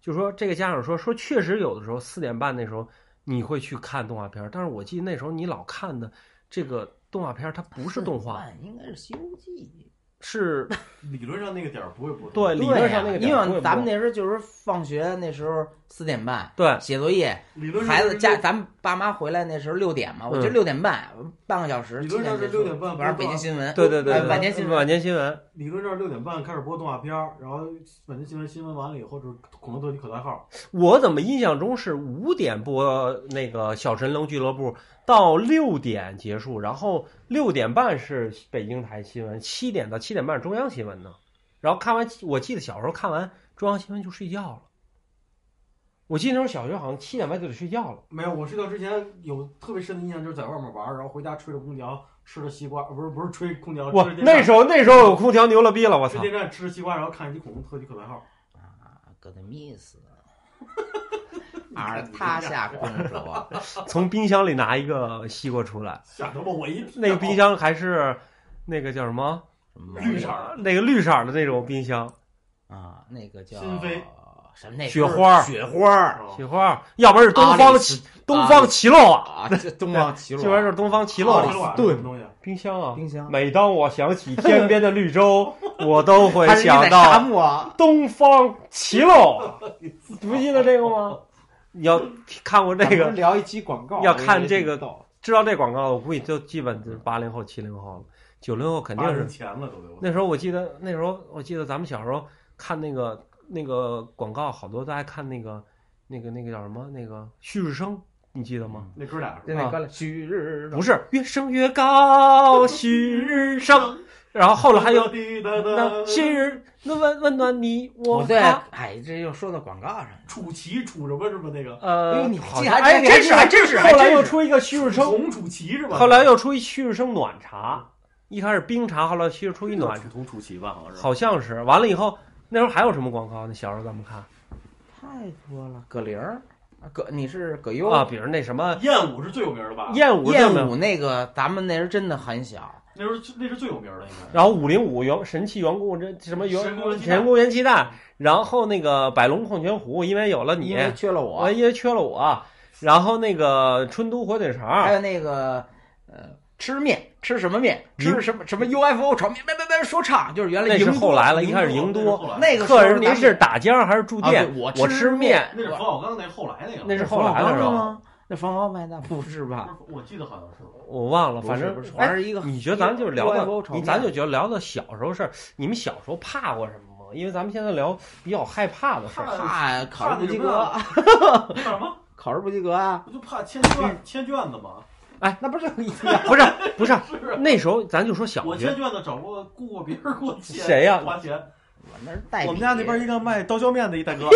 [SPEAKER 1] 就说这个家长说说确实有的时候四点半那时候你会去看动画片儿，但是我记得那时候你老看的这个动画片儿它不是动画，，
[SPEAKER 3] 应该是《西游记
[SPEAKER 1] 是
[SPEAKER 2] 理论上那个点儿不会播。
[SPEAKER 1] 对》。理论上那个
[SPEAKER 3] 因
[SPEAKER 1] 点儿不
[SPEAKER 3] 为
[SPEAKER 1] 会
[SPEAKER 3] 咱们
[SPEAKER 1] 播
[SPEAKER 3] 那时候就是放学那时候四点半
[SPEAKER 1] 对
[SPEAKER 3] 写作业，
[SPEAKER 2] 理论上
[SPEAKER 3] 孩子家咱们爸妈回来那时候六点嘛，我觉得
[SPEAKER 1] 嗯
[SPEAKER 3] 六点半半个小时，
[SPEAKER 2] 理论上是
[SPEAKER 3] 七点结束
[SPEAKER 2] 6:30
[SPEAKER 3] 晚上北京新闻，
[SPEAKER 1] 对对对
[SPEAKER 3] 哎
[SPEAKER 1] 对
[SPEAKER 3] 晚间新闻
[SPEAKER 1] 晚间新闻
[SPEAKER 2] 理论上六点半开始播动画片儿，然后本地新闻新闻完了以后就是恐龙特级口袋号，
[SPEAKER 1] 我怎么印象中是五点播那个《小神龙俱乐部》，到六点结束，然后六点半是北京台新闻，七点到七点半是中央新闻呢。然后看完，我记得小时候看完中央新闻就睡觉了。我记得那时候小学好像七点半就得睡觉了。
[SPEAKER 2] 没有，我睡觉之前有特别深的印象，就是在外面玩儿，然后回家吹着空调，吃着西瓜，不是不是吹空
[SPEAKER 3] 哦
[SPEAKER 2] 调，
[SPEAKER 1] 我
[SPEAKER 2] 吃着电
[SPEAKER 1] 那
[SPEAKER 2] 扇，
[SPEAKER 1] 时候那时候有空调牛了逼了，我
[SPEAKER 2] 吃
[SPEAKER 1] 操！
[SPEAKER 2] 电扇吃着西瓜，然后看一集恐龙特级口袋 号。
[SPEAKER 3] 啊，搁那 miss，而啊他下公主，
[SPEAKER 1] 从冰箱里拿一个西瓜出来，
[SPEAKER 2] 吓他妈我一跳
[SPEAKER 1] 那个冰箱还是那个叫什么
[SPEAKER 2] 绿色儿
[SPEAKER 1] 那个绿色儿的那种冰箱，
[SPEAKER 3] 啊，那个叫
[SPEAKER 2] 心扉
[SPEAKER 3] 什么那
[SPEAKER 1] 雪花儿
[SPEAKER 3] 雪花儿
[SPEAKER 2] 啊
[SPEAKER 1] 雪花，要不然是东
[SPEAKER 3] 哦阿
[SPEAKER 1] 方
[SPEAKER 3] 里
[SPEAKER 1] 奇
[SPEAKER 3] 斯
[SPEAKER 1] 东方奇洛瓦。
[SPEAKER 3] 啊，这东方 奇洛，
[SPEAKER 1] 这边就是东方奇
[SPEAKER 2] 奇
[SPEAKER 1] 洛
[SPEAKER 2] 洛
[SPEAKER 1] 瓦
[SPEAKER 2] 瓦
[SPEAKER 3] 对
[SPEAKER 2] 什么东西？
[SPEAKER 1] 冰箱啊。
[SPEAKER 3] 冰箱，
[SPEAKER 1] 每当我想起天边的绿洲，我都会
[SPEAKER 3] 他是
[SPEAKER 1] 想
[SPEAKER 3] 在沙
[SPEAKER 1] 到
[SPEAKER 3] 漠，啊
[SPEAKER 1] 东方奇洛瓦。 你不记得这个吗？你要看过这
[SPEAKER 4] 咱
[SPEAKER 1] 个
[SPEAKER 4] 们，聊一期广告，
[SPEAKER 1] 要看这个
[SPEAKER 4] 我觉得挺逗
[SPEAKER 1] 知道这广告，我估计就基本就是八零后、七零后了，九零后肯定
[SPEAKER 2] 八
[SPEAKER 1] 是
[SPEAKER 2] 十前了都都。
[SPEAKER 1] 那时候我记得，那时候我记得咱们小时候看那个那个广告，好多都爱看那个那个那个叫什么那个旭日升，你记得吗？
[SPEAKER 2] 那哥俩
[SPEAKER 3] 就那歌了，旭日
[SPEAKER 1] 不是越升越高，旭日 升。然后后来还有那旭日那温温暖你我
[SPEAKER 3] 不对
[SPEAKER 1] 他。，
[SPEAKER 3] 哎，这又说到广告上了。
[SPEAKER 2] 楚奇楚什么什么那个
[SPEAKER 1] 呃，
[SPEAKER 3] 哎呦你
[SPEAKER 1] 好
[SPEAKER 3] 记
[SPEAKER 1] 像
[SPEAKER 3] 还
[SPEAKER 1] 哎，
[SPEAKER 3] 真真是还
[SPEAKER 1] 真
[SPEAKER 3] 真是还
[SPEAKER 1] 后来
[SPEAKER 3] 真
[SPEAKER 1] 又
[SPEAKER 3] 是
[SPEAKER 1] 出一个旭日升，
[SPEAKER 2] 红楚奇是吧？
[SPEAKER 1] 后来又出一旭日升暖茶，一开始冰茶，后来旭日出一暖
[SPEAKER 3] 哎
[SPEAKER 2] 楚
[SPEAKER 1] 茶，
[SPEAKER 2] 同楚奇吧，好像是。
[SPEAKER 1] 好像是。完了以后，那时候还有什么广告呢？小时候咱们看
[SPEAKER 3] 太多了，葛玲儿，啊葛你是葛优
[SPEAKER 1] 啊，比如那什么
[SPEAKER 2] 燕舞是最有名的吧？
[SPEAKER 1] 燕舞这
[SPEAKER 3] 燕
[SPEAKER 1] 么，
[SPEAKER 3] 舞那个，咱们那时候真的很小，
[SPEAKER 2] 那时候那是最有名的应该。
[SPEAKER 1] 然后五零五员神器员工这什么员
[SPEAKER 2] 神功元气弹
[SPEAKER 1] 神功元气弹，然后那个百龙矿泉湖，因为有了你
[SPEAKER 3] 因，为缺了我
[SPEAKER 1] 我，因为哎缺了我，啊然后那个春都火腿
[SPEAKER 3] 还
[SPEAKER 1] 肠，
[SPEAKER 3] 有那个呃，吃面吃什么面，
[SPEAKER 1] 营
[SPEAKER 3] 吃什么什么 UFO 炒面，别别别说唱，就是原来
[SPEAKER 1] 那是
[SPEAKER 3] 赢
[SPEAKER 1] 后来了，一
[SPEAKER 2] 赢
[SPEAKER 1] 开始
[SPEAKER 2] 多
[SPEAKER 1] 赢
[SPEAKER 2] 那是
[SPEAKER 1] 多。
[SPEAKER 2] 后来
[SPEAKER 3] 那个时候
[SPEAKER 1] 客人，您
[SPEAKER 3] 咱
[SPEAKER 1] 是打尖儿还是住
[SPEAKER 3] 啊
[SPEAKER 1] 店？
[SPEAKER 3] 对我
[SPEAKER 1] 我
[SPEAKER 3] 吃
[SPEAKER 1] 吃面，
[SPEAKER 2] 那是冯小刚那后来那个。
[SPEAKER 1] 那是
[SPEAKER 3] 是
[SPEAKER 1] 后来的时候
[SPEAKER 3] 吗？那冯小白那不是吧？
[SPEAKER 2] 不是我记得好像是
[SPEAKER 1] 我忘了，反正
[SPEAKER 3] 不是不是
[SPEAKER 1] 哎
[SPEAKER 3] 还是一个
[SPEAKER 1] 你觉得咱们就是聊
[SPEAKER 3] 一个 UFO
[SPEAKER 1] 到
[SPEAKER 3] 场
[SPEAKER 1] 你，
[SPEAKER 3] 面
[SPEAKER 1] 咱就觉得聊到小时候事儿，你们小时候怕过什么吗？因为咱们现在聊比较害怕的事儿，
[SPEAKER 3] 怕考哎试不及格
[SPEAKER 2] 怕，怕什么？
[SPEAKER 3] 考试不及格啊！
[SPEAKER 2] 不就怕签卷签卷子吗？
[SPEAKER 3] 哎，那不是一样？
[SPEAKER 1] 不是不是，
[SPEAKER 2] 是啊，
[SPEAKER 1] 那时候咱就说小
[SPEAKER 2] 我
[SPEAKER 1] 学
[SPEAKER 2] 签卷子找过雇过别人给我签，
[SPEAKER 1] 谁呀
[SPEAKER 2] 花钱。
[SPEAKER 3] 我那是代笔。
[SPEAKER 2] 我们家那边一个卖刀削面的一大哥，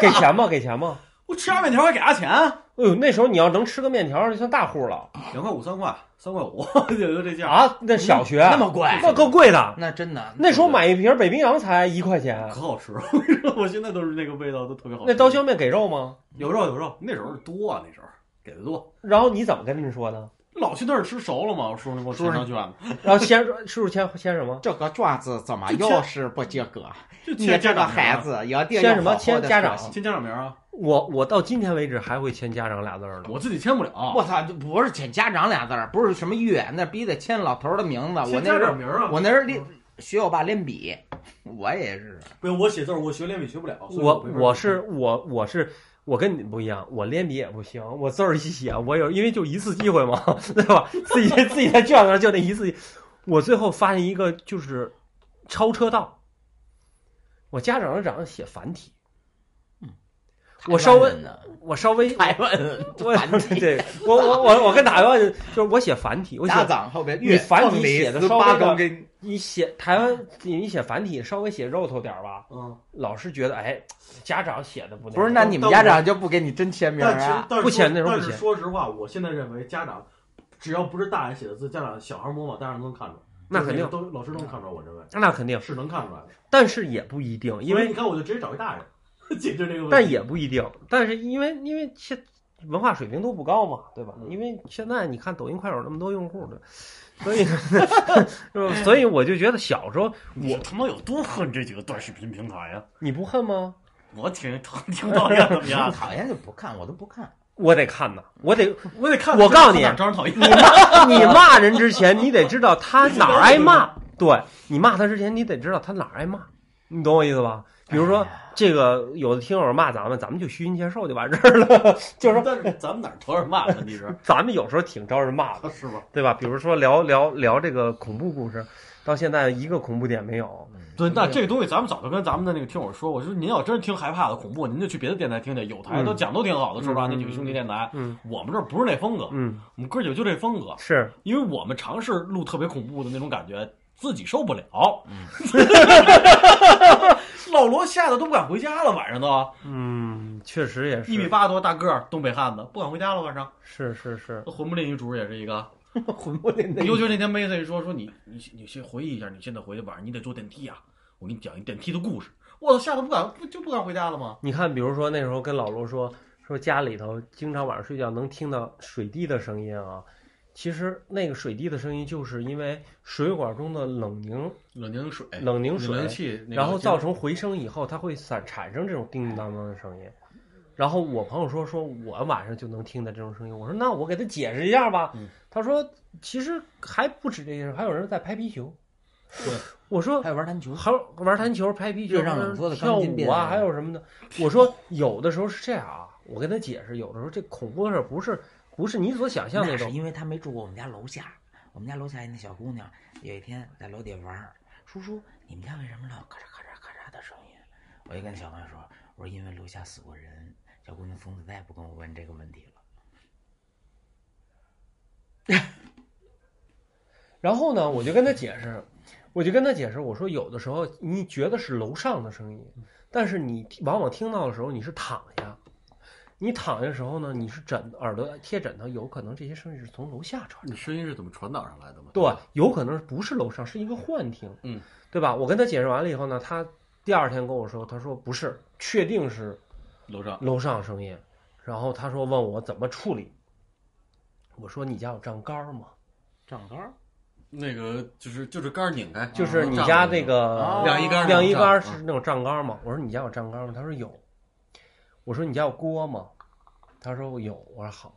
[SPEAKER 1] 给钱吗？给钱吗？
[SPEAKER 2] 我吃俩面条还给他钱，啊
[SPEAKER 1] 哎呦，那时候你要能吃个面条儿，就算大户了
[SPEAKER 2] 两块五三块，三块五就就这价，
[SPEAKER 1] 啊！那小学
[SPEAKER 3] 那么贵，
[SPEAKER 1] 那够贵的，
[SPEAKER 3] 那真的
[SPEAKER 1] 那时候买一瓶北冰洋才一块钱。
[SPEAKER 2] 可好吃了。我跟你说，我现在都是那个味道，都特别好吃。
[SPEAKER 1] 那刀削面给肉吗？
[SPEAKER 2] 有肉有肉，那时候是多啊，那时候给的多。
[SPEAKER 1] 然后你怎么跟人说的？
[SPEAKER 2] 老去那儿吃熟了嘛，我叔叔给我签张卷子，
[SPEAKER 1] 然后先说叔叔先先什么？
[SPEAKER 3] 这个卷子怎么又是不及格？啊
[SPEAKER 2] 就
[SPEAKER 3] 你
[SPEAKER 2] 签
[SPEAKER 3] 这
[SPEAKER 2] 家
[SPEAKER 3] 个
[SPEAKER 2] 长名啊
[SPEAKER 3] 孩，子一定
[SPEAKER 1] 签什么
[SPEAKER 3] 要好好
[SPEAKER 1] 签
[SPEAKER 3] 地
[SPEAKER 1] 家长
[SPEAKER 3] 学习
[SPEAKER 2] 签家长名啊，
[SPEAKER 1] 我我到今天为止还会签家长俩字儿呢。
[SPEAKER 2] 我自己签不了，
[SPEAKER 3] 啊我操，这不是签家长俩字儿，不是什么月，那逼得签老头儿的名字。我
[SPEAKER 2] 签
[SPEAKER 3] 那
[SPEAKER 2] 家
[SPEAKER 3] 是
[SPEAKER 2] 长名啊。
[SPEAKER 3] 我那是练学我爸练笔，我也是。
[SPEAKER 2] 不是我写字儿，我学练笔学不了。所以
[SPEAKER 1] 我
[SPEAKER 2] 没法
[SPEAKER 1] 我是我我是我跟你不一样，我练笔也不行，我字儿一写，我有因为就一次机会嘛， 对吧？自己自己在卷子上就那一次，我最后发现一个就是超车道，我家长让长写繁体，我稍微我稍 微
[SPEAKER 3] 台湾人
[SPEAKER 1] 我
[SPEAKER 3] 繁体
[SPEAKER 1] 对我我我我跟台湾就是我写繁体，我写
[SPEAKER 3] 家长后边
[SPEAKER 1] 你
[SPEAKER 3] 越
[SPEAKER 1] 繁体写的稍微的
[SPEAKER 3] 高跟，
[SPEAKER 1] 你写台湾你写繁体稍微写肉头点儿吧，
[SPEAKER 2] 嗯，
[SPEAKER 1] 老师觉得哎家长写的不
[SPEAKER 3] 不是？
[SPEAKER 1] 那
[SPEAKER 3] 那
[SPEAKER 1] 个
[SPEAKER 3] 你们家长就不给你真签名
[SPEAKER 2] 但其实
[SPEAKER 3] 啊？
[SPEAKER 2] 但是
[SPEAKER 1] 不签
[SPEAKER 2] 说
[SPEAKER 1] 那时候不
[SPEAKER 2] 但是
[SPEAKER 1] 签
[SPEAKER 2] 说实话，我现在认为家长只要不是大人写的字，家长小孩摸摸，大人都能看出来。
[SPEAKER 1] 那肯定
[SPEAKER 2] 都老师都能看出来，我认为
[SPEAKER 1] 那肯定。
[SPEAKER 2] 是能看出来的。
[SPEAKER 1] 但是也不一定，因
[SPEAKER 2] 所以你
[SPEAKER 1] 为
[SPEAKER 2] 看，我就直接找一大人解决这个问题。
[SPEAKER 1] 但也不一定，但是因为因为现文化水平都不高嘛，对吧？
[SPEAKER 2] 嗯
[SPEAKER 1] 因为现在你看抖音、快手那么多用户的，所以 是吧所以我就觉得小时候
[SPEAKER 2] 我他妈有多恨这几个短视频平台呀？
[SPEAKER 1] 你不恨吗？
[SPEAKER 2] 我挺 挺讨厌啊怎么
[SPEAKER 3] 我？讨厌就不看，我都不看。
[SPEAKER 1] 我得看呐，我得
[SPEAKER 2] 我得看。
[SPEAKER 1] 我告诉你
[SPEAKER 2] 哪招人讨厌？
[SPEAKER 1] 你骂你骂人之前，你得知道他哪儿挨骂。对你骂他之前，你得知道他哪儿挨骂，你懂我意思吧？比如说
[SPEAKER 3] 哎呀
[SPEAKER 1] 这个有的听友骂咱们，咱们就虚心接受就完事儿了。就是说
[SPEAKER 2] 但是咱们哪儿招人骂了？你 是啊
[SPEAKER 1] 咱们有时候挺招人骂的。
[SPEAKER 2] 是吧？
[SPEAKER 1] 对吧？比如说聊聊聊这个恐怖故事，到现在一个恐怖点没有。
[SPEAKER 2] 对，那这个东西咱们早就跟咱们的那个听友说，我说您要真是听害怕的恐怖，您就去别的电台听去，有台都讲都挺好的，说实话，那几个兄弟电台，
[SPEAKER 1] 嗯
[SPEAKER 2] 我们这儿不是那风格，
[SPEAKER 1] 嗯，
[SPEAKER 2] 我们哥几个就这风格，
[SPEAKER 1] 是
[SPEAKER 2] 因为我们尝试录特别恐怖的那种感觉，自己受不了。
[SPEAKER 1] 嗯
[SPEAKER 2] 老罗吓得都不敢回家了，晚上都
[SPEAKER 1] 嗯，确实也
[SPEAKER 2] 一米
[SPEAKER 1] 是，
[SPEAKER 2] 八多大个儿，东北汉子不敢回家了，晚上。
[SPEAKER 1] 是是是，
[SPEAKER 2] 魂不吝一主也是一个，
[SPEAKER 3] 魂不吝的
[SPEAKER 2] 尤其那天妹子一说说你你你先回忆一下，你现在回去晚上你得坐电梯啊，我给你讲一电梯的故事。我操，吓得不敢不就不敢回家了吗？
[SPEAKER 1] 你看，比如说那时候跟老罗说说家里头经常晚上睡觉能听到水滴的声音啊，其实那个水滴的声音就是因为水管中的冷凝
[SPEAKER 2] 冷凝水，
[SPEAKER 1] 冷凝水
[SPEAKER 2] 冷凝器，那个
[SPEAKER 1] 然后造成回声以后，它会产产生这种叮叮当当的声音。然后我朋友说，说我晚上就能听到这种声音。我说那我给他解释一下吧。
[SPEAKER 2] 嗯
[SPEAKER 1] 他说其实还不止这些事，还有人在拍皮球。
[SPEAKER 2] 对
[SPEAKER 1] 我说
[SPEAKER 3] 还有玩弹球，
[SPEAKER 1] 还有玩弹球、拍皮球、
[SPEAKER 3] 热胀冷缩的
[SPEAKER 1] 跳
[SPEAKER 3] 钢筋变
[SPEAKER 1] 舞
[SPEAKER 3] 形
[SPEAKER 1] 啊，还有什么的。我说有的时候是这样啊，我跟他解释，有的时候这恐怖的事儿不是不是你所想象
[SPEAKER 3] 那是
[SPEAKER 1] 种。
[SPEAKER 3] 因为他没住过我们家楼下。我们家楼下那小姑娘有一天在楼底玩儿，叔叔，你们家为什么老咔嚓咔嚓咔嚓的声音？我就跟小姑娘说，我说因为楼下死过人。小姑娘从此再也不跟我问这个问题了。
[SPEAKER 1] 然后呢，我就跟他解释，我就跟他解释，我说有的时候你觉得是楼上的声音，但是你往往听到的时候你是躺下，你躺下的时候呢，你是枕耳朵贴枕头，有可能这些声音是从楼下传来的。
[SPEAKER 2] 你声音是怎么传导上来的吗？
[SPEAKER 1] 对，有可能不是楼上，是一个幻听，
[SPEAKER 2] 嗯，
[SPEAKER 1] 对吧？我跟他解释完了以后呢，他第二天跟我说，他说不是，确定是
[SPEAKER 2] 楼上
[SPEAKER 1] 楼上声音，然后他说问我怎么处理，我说你家有账杆儿吗？
[SPEAKER 3] 长高
[SPEAKER 2] 那个就是就是杆儿拧开，
[SPEAKER 1] 就是你家那个
[SPEAKER 3] 啊
[SPEAKER 2] 晾衣杆儿
[SPEAKER 1] 晾衣杆儿
[SPEAKER 2] 上啊
[SPEAKER 1] 是那种站杆儿嘛？我说你家有站杆儿吗？他说有。我说你家有锅吗？他说有。 我说好。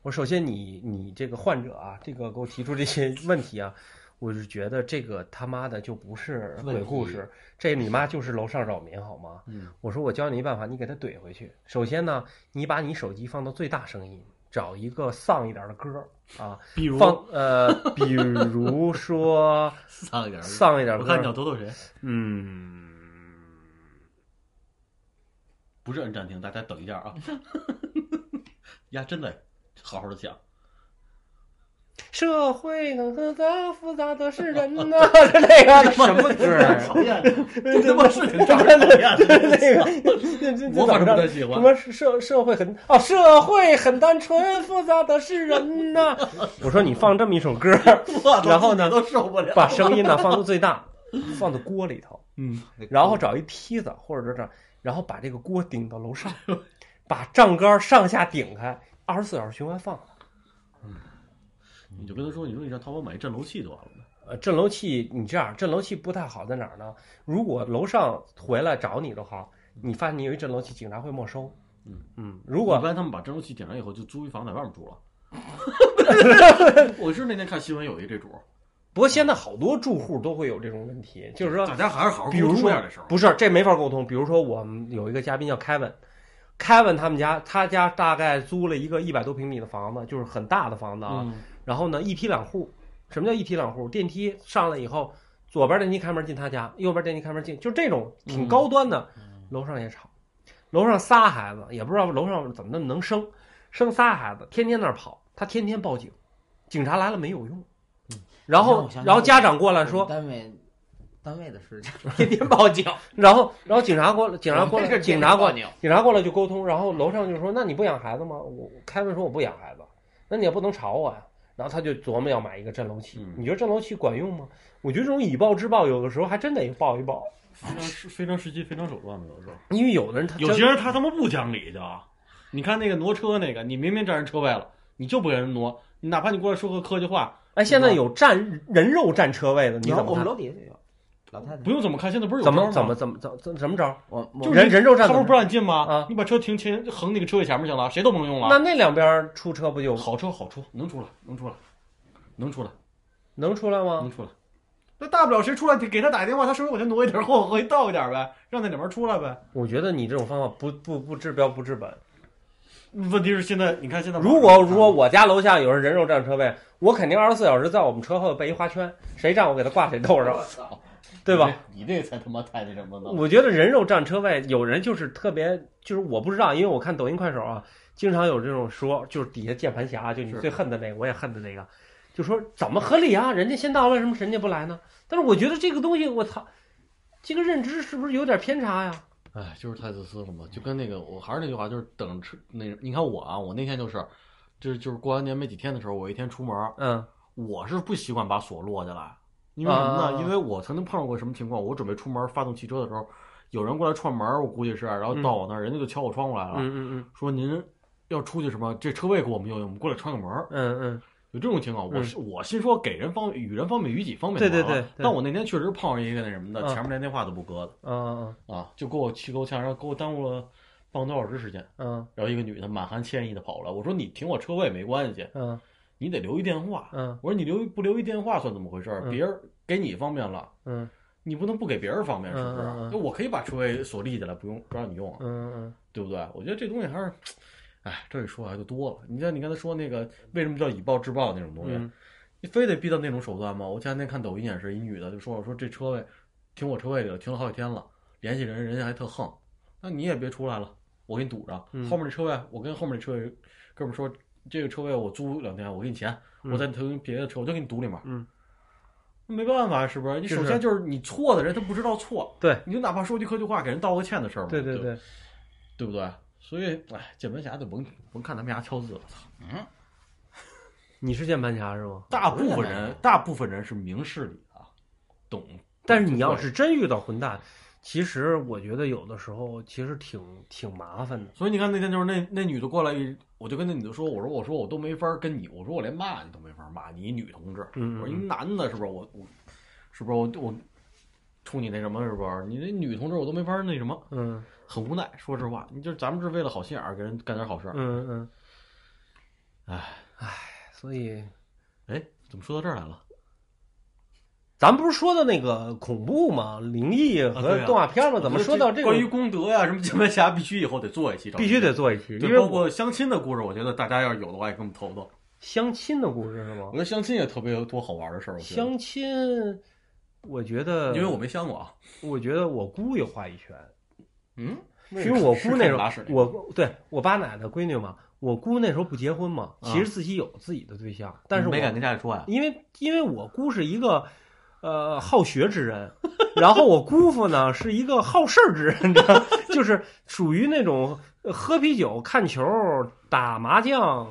[SPEAKER 1] 我说首先你你这个患者啊，这个给我提出这些问题啊，我是觉得这个他妈的就不是
[SPEAKER 4] 问
[SPEAKER 1] 鬼故
[SPEAKER 4] 题
[SPEAKER 1] 事，这你妈就是楼上扰民好吗？
[SPEAKER 2] 嗯，
[SPEAKER 1] 我说我教你一办法，你给他怼回去。首先呢，你把你手机放到最大声音，找一个丧一点的歌儿啊，
[SPEAKER 2] 比如
[SPEAKER 1] 放呃，比如 说
[SPEAKER 2] 丧一点儿，
[SPEAKER 1] 丧一点
[SPEAKER 2] 我
[SPEAKER 1] 歌，
[SPEAKER 2] 看鸟头头谁？
[SPEAKER 1] 嗯，
[SPEAKER 2] 不是摁暂停，大家等一下啊。 呀，真的，好好的想。
[SPEAKER 1] 社会很复杂，复杂的是人呐， 是那个的
[SPEAKER 3] 什么歌儿？
[SPEAKER 2] 讨厌， 这他妈是挺招人讨厌
[SPEAKER 1] 那
[SPEAKER 2] 的。
[SPEAKER 1] 个，这这
[SPEAKER 2] 我反正不太喜
[SPEAKER 1] 什
[SPEAKER 2] 欢。
[SPEAKER 1] 么社社会很哦，社会很单纯，复杂的是人呐。 我说你放这么一首歌，
[SPEAKER 2] 我
[SPEAKER 1] 然后呢
[SPEAKER 2] 都受不了。
[SPEAKER 1] 把声音呢放到最大， 放到锅里头，
[SPEAKER 2] 嗯，
[SPEAKER 1] 然后找一梯子或者是这样，然后把这个锅顶到楼上，把杖杆上下顶开，二十四小时循环放。
[SPEAKER 2] 你就跟他说，你说你让淘宝买一震楼器就完了呗。
[SPEAKER 1] 呃，震楼器，你这样震楼器不太好在哪儿呢？如果楼上回来找你的话，你发现你有一震楼器，警察会没收。
[SPEAKER 2] 嗯
[SPEAKER 1] 嗯，如
[SPEAKER 2] 一
[SPEAKER 1] 果
[SPEAKER 2] 般他们把震楼器点上以后，就租一房在外面 住了。我是那天看新闻有一这主，
[SPEAKER 1] 不过现在好多住户都会有这种问题，就是说，
[SPEAKER 2] 大家还是好好
[SPEAKER 1] 比如
[SPEAKER 2] 沟
[SPEAKER 1] 说
[SPEAKER 2] 通一下这事儿。
[SPEAKER 1] 不是这没法沟通。比如说我们有一个嘉宾叫 Kevin，Kevin 他们家他家大概租了一个一百多平米的房子，就是很大的房子啊。
[SPEAKER 2] 嗯，
[SPEAKER 1] 然后呢，一梯两户。什么叫一梯两户？电梯上来以后，左边电梯开门进他家，右边电梯开门进，就这种挺高端的。
[SPEAKER 4] 嗯
[SPEAKER 1] 楼上也吵，楼上仨孩子，也不知道楼上怎么那么能生，生仨孩子，天天那儿跑，他天天报警，警察来了没有用。然
[SPEAKER 4] 嗯你让
[SPEAKER 1] 后
[SPEAKER 4] 我想，起
[SPEAKER 1] 然后
[SPEAKER 4] 我
[SPEAKER 1] 家长过来说，
[SPEAKER 4] 单位单位的事情，天天报警，
[SPEAKER 1] 然后，然后警察过来，警察过
[SPEAKER 4] 我们这
[SPEAKER 1] 来，
[SPEAKER 4] 是
[SPEAKER 1] 警察过来
[SPEAKER 4] 天天报，
[SPEAKER 1] 警察过来就沟通。然后楼上就说：“那你不养孩子吗？”我凯文说：“我不养孩子。”那你也不能吵我呀。然后他就琢磨要买一个震楼器
[SPEAKER 2] 嗯。
[SPEAKER 1] 你觉得震楼器管用吗？我觉得这种以暴制暴，有的时候还真得报一报，
[SPEAKER 2] 非常时非常时期，非常手段的有时候。
[SPEAKER 1] 因为有的人他
[SPEAKER 2] 有
[SPEAKER 1] 真
[SPEAKER 2] 些人他他妈不讲理就，你看那个挪车那个，你明明占人车位了，你就不给人挪，你哪怕你过来说个客气话，
[SPEAKER 1] 哎，现在有占人肉占车位的，你
[SPEAKER 4] 有
[SPEAKER 1] 怎
[SPEAKER 4] 我
[SPEAKER 1] 么
[SPEAKER 4] 们
[SPEAKER 1] 看？
[SPEAKER 4] 楼底下就有老太太，
[SPEAKER 2] 不用怎么看，现在不是有
[SPEAKER 1] 怎
[SPEAKER 2] 招
[SPEAKER 1] 么
[SPEAKER 2] 吗
[SPEAKER 1] 怎么怎么怎怎怎么着？
[SPEAKER 4] 我我
[SPEAKER 2] 就是
[SPEAKER 1] 人
[SPEAKER 2] 你
[SPEAKER 1] 人肉
[SPEAKER 2] 他
[SPEAKER 1] 占怎
[SPEAKER 2] 不是
[SPEAKER 1] 么
[SPEAKER 2] 不
[SPEAKER 1] 着？
[SPEAKER 2] 让进吗？
[SPEAKER 1] 啊
[SPEAKER 2] 你把车停前横那个车位前面去了，谁都不能用
[SPEAKER 1] 那
[SPEAKER 2] 了。
[SPEAKER 1] 那两边出车不就
[SPEAKER 2] 好车好出，能出来，能出来，能出来，
[SPEAKER 1] 能出来吗
[SPEAKER 2] 能？出来。那大不了谁出来给他打个电话，他说我先挪一点，或我回倒一点呗，让那里面出来呗。
[SPEAKER 1] 我觉得你这种方法不不不治标不治本。
[SPEAKER 2] 问题是现在你看现在
[SPEAKER 1] 如果如果我家楼下有人人肉占车位，我肯定二十四小时在我们车后备一花圈，谁占我给他挂谁头上，
[SPEAKER 2] 操，
[SPEAKER 1] 对吧？
[SPEAKER 2] 你这？你这才他妈太那什么了。
[SPEAKER 1] 我觉得人肉占车位，有人就是特别，就是我不知道，因为我看抖音、快手啊，经常有这种说，就是底下键盘侠，就你
[SPEAKER 2] 是
[SPEAKER 1] 最恨的那个，我也恨的那个，就说怎么合理啊？人家先到，为什么人家不来呢？但是我觉得这个东西，我操，这个认知是不是有点偏差呀？
[SPEAKER 2] 哎，就是太自私了嘛，就跟那个，我还是那句话，就是等车那，你看我啊，我那天就是，就是就是过完年没几天的时候，我一天出门，
[SPEAKER 1] 嗯
[SPEAKER 2] 我是不习惯把锁落下来，因为什么呢？
[SPEAKER 1] 啊
[SPEAKER 2] 因为我曾经碰到过什么情况，我准备出门发动汽车的时候，有人过来串门，我估计是，然后到我那儿，人家就敲我窗户来了，
[SPEAKER 1] 嗯嗯
[SPEAKER 2] 说您要出去什么，这车位给我们用用，我们过来串个门儿。
[SPEAKER 1] 嗯嗯嗯，
[SPEAKER 2] 有这种情况，我
[SPEAKER 1] 嗯
[SPEAKER 2] 是、我心说给人方便，与人方便，与己方便。啊
[SPEAKER 1] 对对对对
[SPEAKER 2] 但我那天确实碰上一个那什么的，
[SPEAKER 1] 嗯
[SPEAKER 2] 前面连电话都不搁的。
[SPEAKER 1] 嗯
[SPEAKER 2] 啊，就给我气够呛，然后给我耽误了半个多小时时间。
[SPEAKER 1] 嗯
[SPEAKER 2] 然后一个女的满含歉意的跑了，我说你停我车位没关系，
[SPEAKER 1] 嗯
[SPEAKER 2] 你得留一电话。
[SPEAKER 1] 嗯
[SPEAKER 2] 我说你留一不留一电话算怎么回事儿？
[SPEAKER 1] 嗯
[SPEAKER 2] 别人给你方便了，
[SPEAKER 1] 嗯
[SPEAKER 2] 你不能不给别人方便，是不是？
[SPEAKER 1] 嗯嗯嗯
[SPEAKER 2] 那我可以把车位锁立起来，不用不让你用啊，
[SPEAKER 1] 嗯嗯，
[SPEAKER 2] 对不对？我觉得这东西还是，哎，这一说来就多了。你像你刚才说那个为什么叫以暴制暴那种东
[SPEAKER 1] 嗯
[SPEAKER 2] 西，你非得逼到那种手段吗？我前两天看抖音也是，一女的就说我说这车位停我车位里了，停了好几天了，联系人人家还特横，那你也别出来了，我给你堵着。
[SPEAKER 1] 嗯
[SPEAKER 2] 后面这车位，我跟后面这车位哥们说，这个车位我租两天，我给你钱，
[SPEAKER 1] 嗯
[SPEAKER 2] 我再停别的车，我就给你堵里面。
[SPEAKER 1] 嗯，
[SPEAKER 2] 没办法，是不是？你
[SPEAKER 1] 就是
[SPEAKER 2] 首先就是你错的人，他不知道错，
[SPEAKER 1] 对，
[SPEAKER 2] 你就哪怕说句客气话，给人道个歉的事儿嘛，
[SPEAKER 1] 对对
[SPEAKER 2] 对，
[SPEAKER 1] 对。
[SPEAKER 2] 对不对？所以，哎，键盘侠就甭甭看他们家敲字了，操！
[SPEAKER 1] 嗯你是键盘侠是吗？
[SPEAKER 2] 大部分人，大部分人是明事理的，懂。
[SPEAKER 1] 但是你要是真遇到混蛋，其实我觉得有的时候其实挺挺麻烦的。
[SPEAKER 2] 所以你看那天就是那那女的过来，我就跟那女的说，我说我说我都没法跟你，我说我连骂你都没法骂你，一女同志，我
[SPEAKER 1] 嗯
[SPEAKER 2] 说一男的是不是我我，是不是我我冲你那什么是不是？你那女同志我都没法那什么，
[SPEAKER 1] 嗯
[SPEAKER 2] 很无奈。说实话，你就咱们是为了好心眼儿给人干点好事
[SPEAKER 1] 嗯
[SPEAKER 2] 儿，
[SPEAKER 1] 嗯嗯，
[SPEAKER 2] 哎
[SPEAKER 1] 唉，所以
[SPEAKER 2] 哎，怎么说到这儿来了？
[SPEAKER 1] 咱不是说的那个恐怖吗？灵异
[SPEAKER 2] 啊
[SPEAKER 1] 和
[SPEAKER 2] 对啊
[SPEAKER 1] 动画片吗？怎么说到这个？
[SPEAKER 2] 关于功德呀、什么键盘侠，必须以后得做 一期，
[SPEAKER 1] 必须得。做一期，因
[SPEAKER 2] 对，
[SPEAKER 1] 为嗯
[SPEAKER 2] 包括相亲的故事，我觉得大家要是有的话，也给我们投投。
[SPEAKER 1] 相亲的故事是
[SPEAKER 2] 我
[SPEAKER 1] 吗
[SPEAKER 2] 觉？得相亲也特别多好玩的事儿。我觉得，
[SPEAKER 1] 相亲，我觉得，
[SPEAKER 2] 因为我没相过啊，
[SPEAKER 1] 我觉得我姑有话语权，
[SPEAKER 2] 嗯，
[SPEAKER 1] 因为我
[SPEAKER 2] 是
[SPEAKER 1] 姑那
[SPEAKER 2] 看
[SPEAKER 1] 时候
[SPEAKER 2] 拉屎那，个
[SPEAKER 1] 我对我爸奶奶闺女嘛，我姑那时候不结婚嘛，
[SPEAKER 2] 啊
[SPEAKER 1] 其实自己有自己的对象，但是我
[SPEAKER 2] 嗯没敢跟家里说呀。
[SPEAKER 1] 因为因为我姑是一个呃好学之人，然后我姑父呢是一个好事儿之人，你知道吗， 就是属于那种呃喝啤酒、看球、打麻将，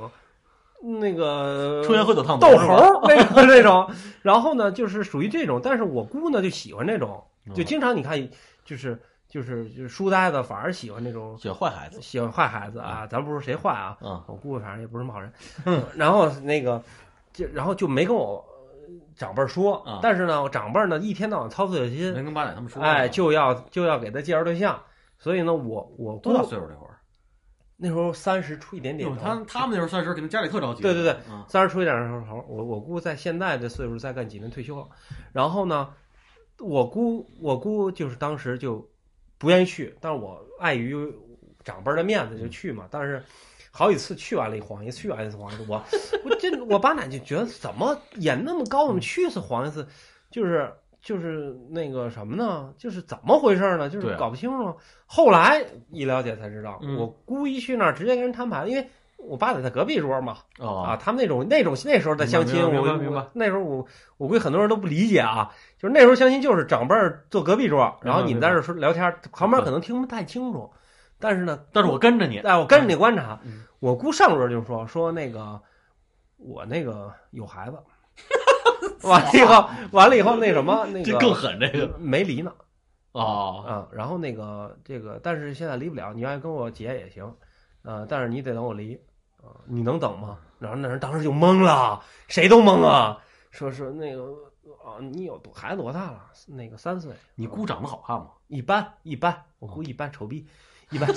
[SPEAKER 1] 那个
[SPEAKER 2] 抽烟喝酒烫头
[SPEAKER 1] 斗
[SPEAKER 2] 是
[SPEAKER 1] 猴
[SPEAKER 2] 吧
[SPEAKER 1] 儿那种那种，然后呢就是属于这种，但是我姑呢就喜欢这种，就
[SPEAKER 2] 嗯
[SPEAKER 1] 经常你看就是就是就是书呆子反而喜欢那种
[SPEAKER 2] 也坏孩子
[SPEAKER 1] 喜欢坏孩子
[SPEAKER 2] 嗯
[SPEAKER 1] 啊，咱不说谁坏啊，
[SPEAKER 2] 啊，
[SPEAKER 1] 我姑父反正也不是什么好人。
[SPEAKER 2] 嗯
[SPEAKER 1] 然后那个，就然后就没跟我呃长辈儿说，
[SPEAKER 2] 啊
[SPEAKER 1] 但是呢，我长辈儿呢一天到晚操碎了
[SPEAKER 2] 没
[SPEAKER 1] 心，
[SPEAKER 2] 跟八奶他们说。啊
[SPEAKER 1] 哎，就要就要给他介绍对象。所以呢，我我姑
[SPEAKER 2] 多大岁数那会儿？
[SPEAKER 1] 那时候三十出一点点
[SPEAKER 2] 哟，他
[SPEAKER 1] 头，
[SPEAKER 2] 他们那时候算是肯定家里特着急。
[SPEAKER 1] 对对对
[SPEAKER 2] 嗯，
[SPEAKER 1] 三十出一点点头。我我姑在现在这岁数再干几年退休了，然后呢，我姑我姑就是当时就不愿意去，但是我碍于长辈儿的面子就去嘛，但是。好几次去完了一晃一次，去完一次晃一次，我我这我爸奶就觉得怎么演那么高，怎么去一次晃一次，就是就是那个什么呢？就是怎么回事呢？就
[SPEAKER 2] 对
[SPEAKER 1] 是
[SPEAKER 2] 啊
[SPEAKER 1] 搞不清楚了。后来一了解才知道，
[SPEAKER 2] 嗯
[SPEAKER 1] 我姑一去那儿直接跟人摊牌，因为我爸奶在隔壁桌嘛，啊，
[SPEAKER 2] 哦，
[SPEAKER 1] 他们那种那种那时候的相亲，
[SPEAKER 2] 明白
[SPEAKER 1] 我
[SPEAKER 2] 明白明白
[SPEAKER 1] 我那时候我我估计很多人都不理解啊，就是那时候相亲就是长辈儿坐隔壁桌，
[SPEAKER 2] 明白
[SPEAKER 1] 然后你们在这儿说聊天，旁边可能听不太清楚，但是呢，
[SPEAKER 2] 但是我跟着你。
[SPEAKER 1] 哎，我跟着你观察
[SPEAKER 2] 嗯，
[SPEAKER 1] 我姑上轮就说说那个我那个有 孩子，完了以后完了以后那什么那
[SPEAKER 2] 这更
[SPEAKER 1] 个
[SPEAKER 2] 狠，这个
[SPEAKER 1] 没离呢
[SPEAKER 2] 哦，
[SPEAKER 1] 啊，然后那个这个但是现在离不了，你愿意跟我结也行，呃，但是你得等我离。啊你能等吗？然后那人当时就懵了，谁都懵啊，说是那个啊，你有多孩子多大了？那个三岁，
[SPEAKER 2] 你姑长得好看吗？
[SPEAKER 1] 一般一般，我估计一般，丑逼一 般。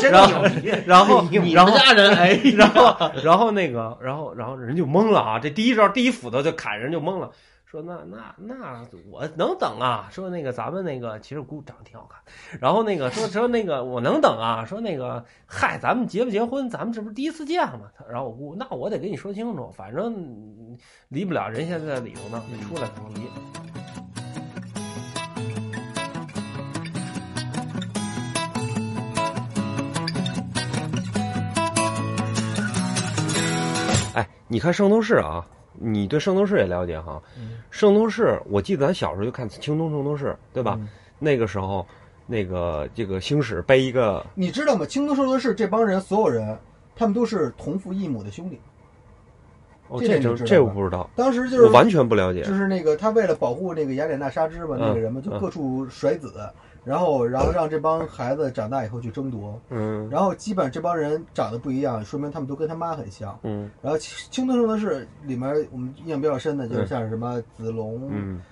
[SPEAKER 3] 真
[SPEAKER 1] 然后
[SPEAKER 3] 牛逼！
[SPEAKER 1] 然后
[SPEAKER 2] 你
[SPEAKER 1] 然
[SPEAKER 2] 们
[SPEAKER 1] 后
[SPEAKER 2] 家人哎，
[SPEAKER 1] 然后然后那个然后然后人就懵了啊，这第一招第一斧头就砍人就懵了。说那那那我能等啊！说那个咱们那个其实姑长得挺好看，然后那个说说那个我能等啊！说那个嗨，咱们结不结婚？咱们这不是第一次见吗？然后我姑那我得跟你说清楚，反正嗯离不了，人现在在里头呢，得出来才能离。哎，你看圣斗士啊，你对圣斗士也了解哈。圣斗士，我记得咱小时候就看青铜圣斗士，对吧？那个时候，那个这个星矢背一个
[SPEAKER 5] 你知道吗？青铜圣斗士这帮人所有人，他们都是同父异母的兄弟。
[SPEAKER 1] 哦，
[SPEAKER 5] 这
[SPEAKER 1] 这
[SPEAKER 5] 你
[SPEAKER 1] 真
[SPEAKER 5] 知道
[SPEAKER 1] 这我
[SPEAKER 5] 吧
[SPEAKER 1] 不知道，
[SPEAKER 5] 当时就
[SPEAKER 1] 我
[SPEAKER 5] 是
[SPEAKER 1] 完全不了解。
[SPEAKER 5] 就是那个他为了保护那个雅典娜纱织嘛，
[SPEAKER 1] 嗯
[SPEAKER 5] 那个人嘛，就
[SPEAKER 1] 嗯
[SPEAKER 5] 各处甩子，然后然后让这帮孩子长大以后去争夺，
[SPEAKER 1] 嗯
[SPEAKER 5] 然后基本上这帮人长得不一样，说明他们都跟他妈很像。
[SPEAKER 1] 嗯
[SPEAKER 5] 然后青青铜圣斗士里面我们印象比较深的就是像什么子龙，
[SPEAKER 1] 嗯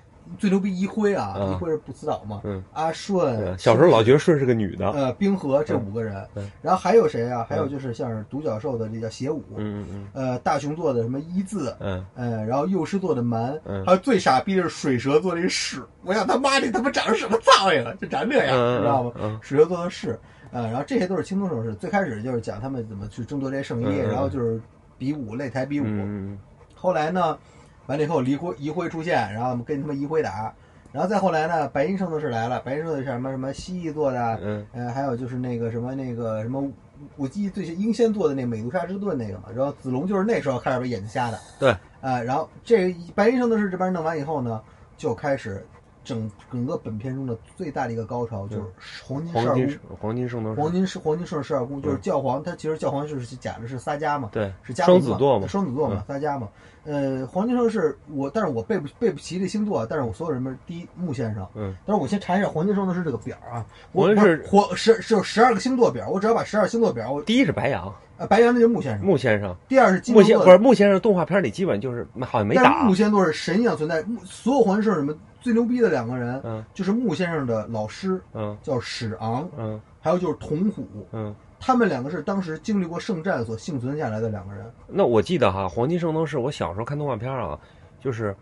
[SPEAKER 5] 最牛逼一辉啊，
[SPEAKER 1] 嗯
[SPEAKER 5] 一辉是不死岛嘛，
[SPEAKER 1] 嗯
[SPEAKER 5] 阿
[SPEAKER 1] 嗯，
[SPEAKER 5] 顺，
[SPEAKER 1] 小时候老觉得顺是个女的。
[SPEAKER 5] 呃冰河这五个人
[SPEAKER 1] 嗯嗯，
[SPEAKER 5] 然后还有谁啊？还有就是像是独角兽的这叫邪武，
[SPEAKER 1] 嗯嗯
[SPEAKER 5] 呃大熊座的什么一字，
[SPEAKER 1] 嗯
[SPEAKER 5] 嗯，然后幼狮座的蛮，
[SPEAKER 1] 嗯
[SPEAKER 5] 还有最傻逼的是水蛇座的屎。我想他妈这他妈长什么造蝇啊？就长这
[SPEAKER 1] 嗯
[SPEAKER 5] 样，
[SPEAKER 1] 嗯，
[SPEAKER 5] 知道吗？
[SPEAKER 1] 嗯？
[SPEAKER 5] 水蛇座的是，呃，然后这些都是轻松手势。最开始就是讲他们怎么去争夺这些圣衣，
[SPEAKER 1] 嗯嗯
[SPEAKER 5] 然后就是比武擂台比武。
[SPEAKER 1] 嗯
[SPEAKER 5] 后来呢，完了以后黎辉移辉出现，然后我们跟他们移辉打，然后再后来呢，白银圣斗士来了，白银圣斗士像什么什么蜥蜴座的，
[SPEAKER 1] 嗯
[SPEAKER 5] 呃，还有就是那个什么那个什么，我记得最先英仙做的那个美杜莎之盾那个嘛，然后子龙就是那时候开始把眼睛瞎的，
[SPEAKER 1] 对
[SPEAKER 5] 啊、然后这个白银圣斗士这边弄完以后呢，就开始整整个本片中的最大的一个高潮就是黄
[SPEAKER 1] 嗯，
[SPEAKER 5] 金十二
[SPEAKER 1] 黄
[SPEAKER 5] 宫
[SPEAKER 1] 金，黄金圣斗士，嗯
[SPEAKER 5] 黄金是黄金圣十二宫，就是教皇，他其实教皇是是假的是撒迦嘛，
[SPEAKER 1] 对，
[SPEAKER 5] 是家族
[SPEAKER 1] 双子座嘛嗯
[SPEAKER 5] 双子座嘛，撒迦嘛，呃，黄金圣是我，但是我背不背不齐这星座，啊但是我所有人们第一木先生，
[SPEAKER 1] 嗯，
[SPEAKER 5] 但是我先查一下黄金圣斗士这个表啊，我
[SPEAKER 1] 黄金是
[SPEAKER 5] 我黄十是有十二个星座表，我只要把十二星座表，我
[SPEAKER 1] 第一是白羊
[SPEAKER 5] 呃白羊那就是木先生，
[SPEAKER 1] 木先生，
[SPEAKER 5] 第二是金
[SPEAKER 1] 木
[SPEAKER 5] 牛
[SPEAKER 1] 先
[SPEAKER 5] 座
[SPEAKER 1] 不是木先生，动画片里基本就是好像没
[SPEAKER 5] 但是
[SPEAKER 1] 打
[SPEAKER 5] 木。先生是神一样存在，木所有黄金圣斗士里面最牛逼的两个人，
[SPEAKER 1] 嗯
[SPEAKER 5] 就是木先生的老师
[SPEAKER 1] 嗯
[SPEAKER 5] 叫史昂，
[SPEAKER 1] 嗯
[SPEAKER 5] 还有就是童虎，
[SPEAKER 1] 嗯。
[SPEAKER 5] 他们两个是当时经历过圣战所幸存下来的两个人。
[SPEAKER 1] 那我记得哈，《黄金圣斗士》，我小时候看动画片啊，就是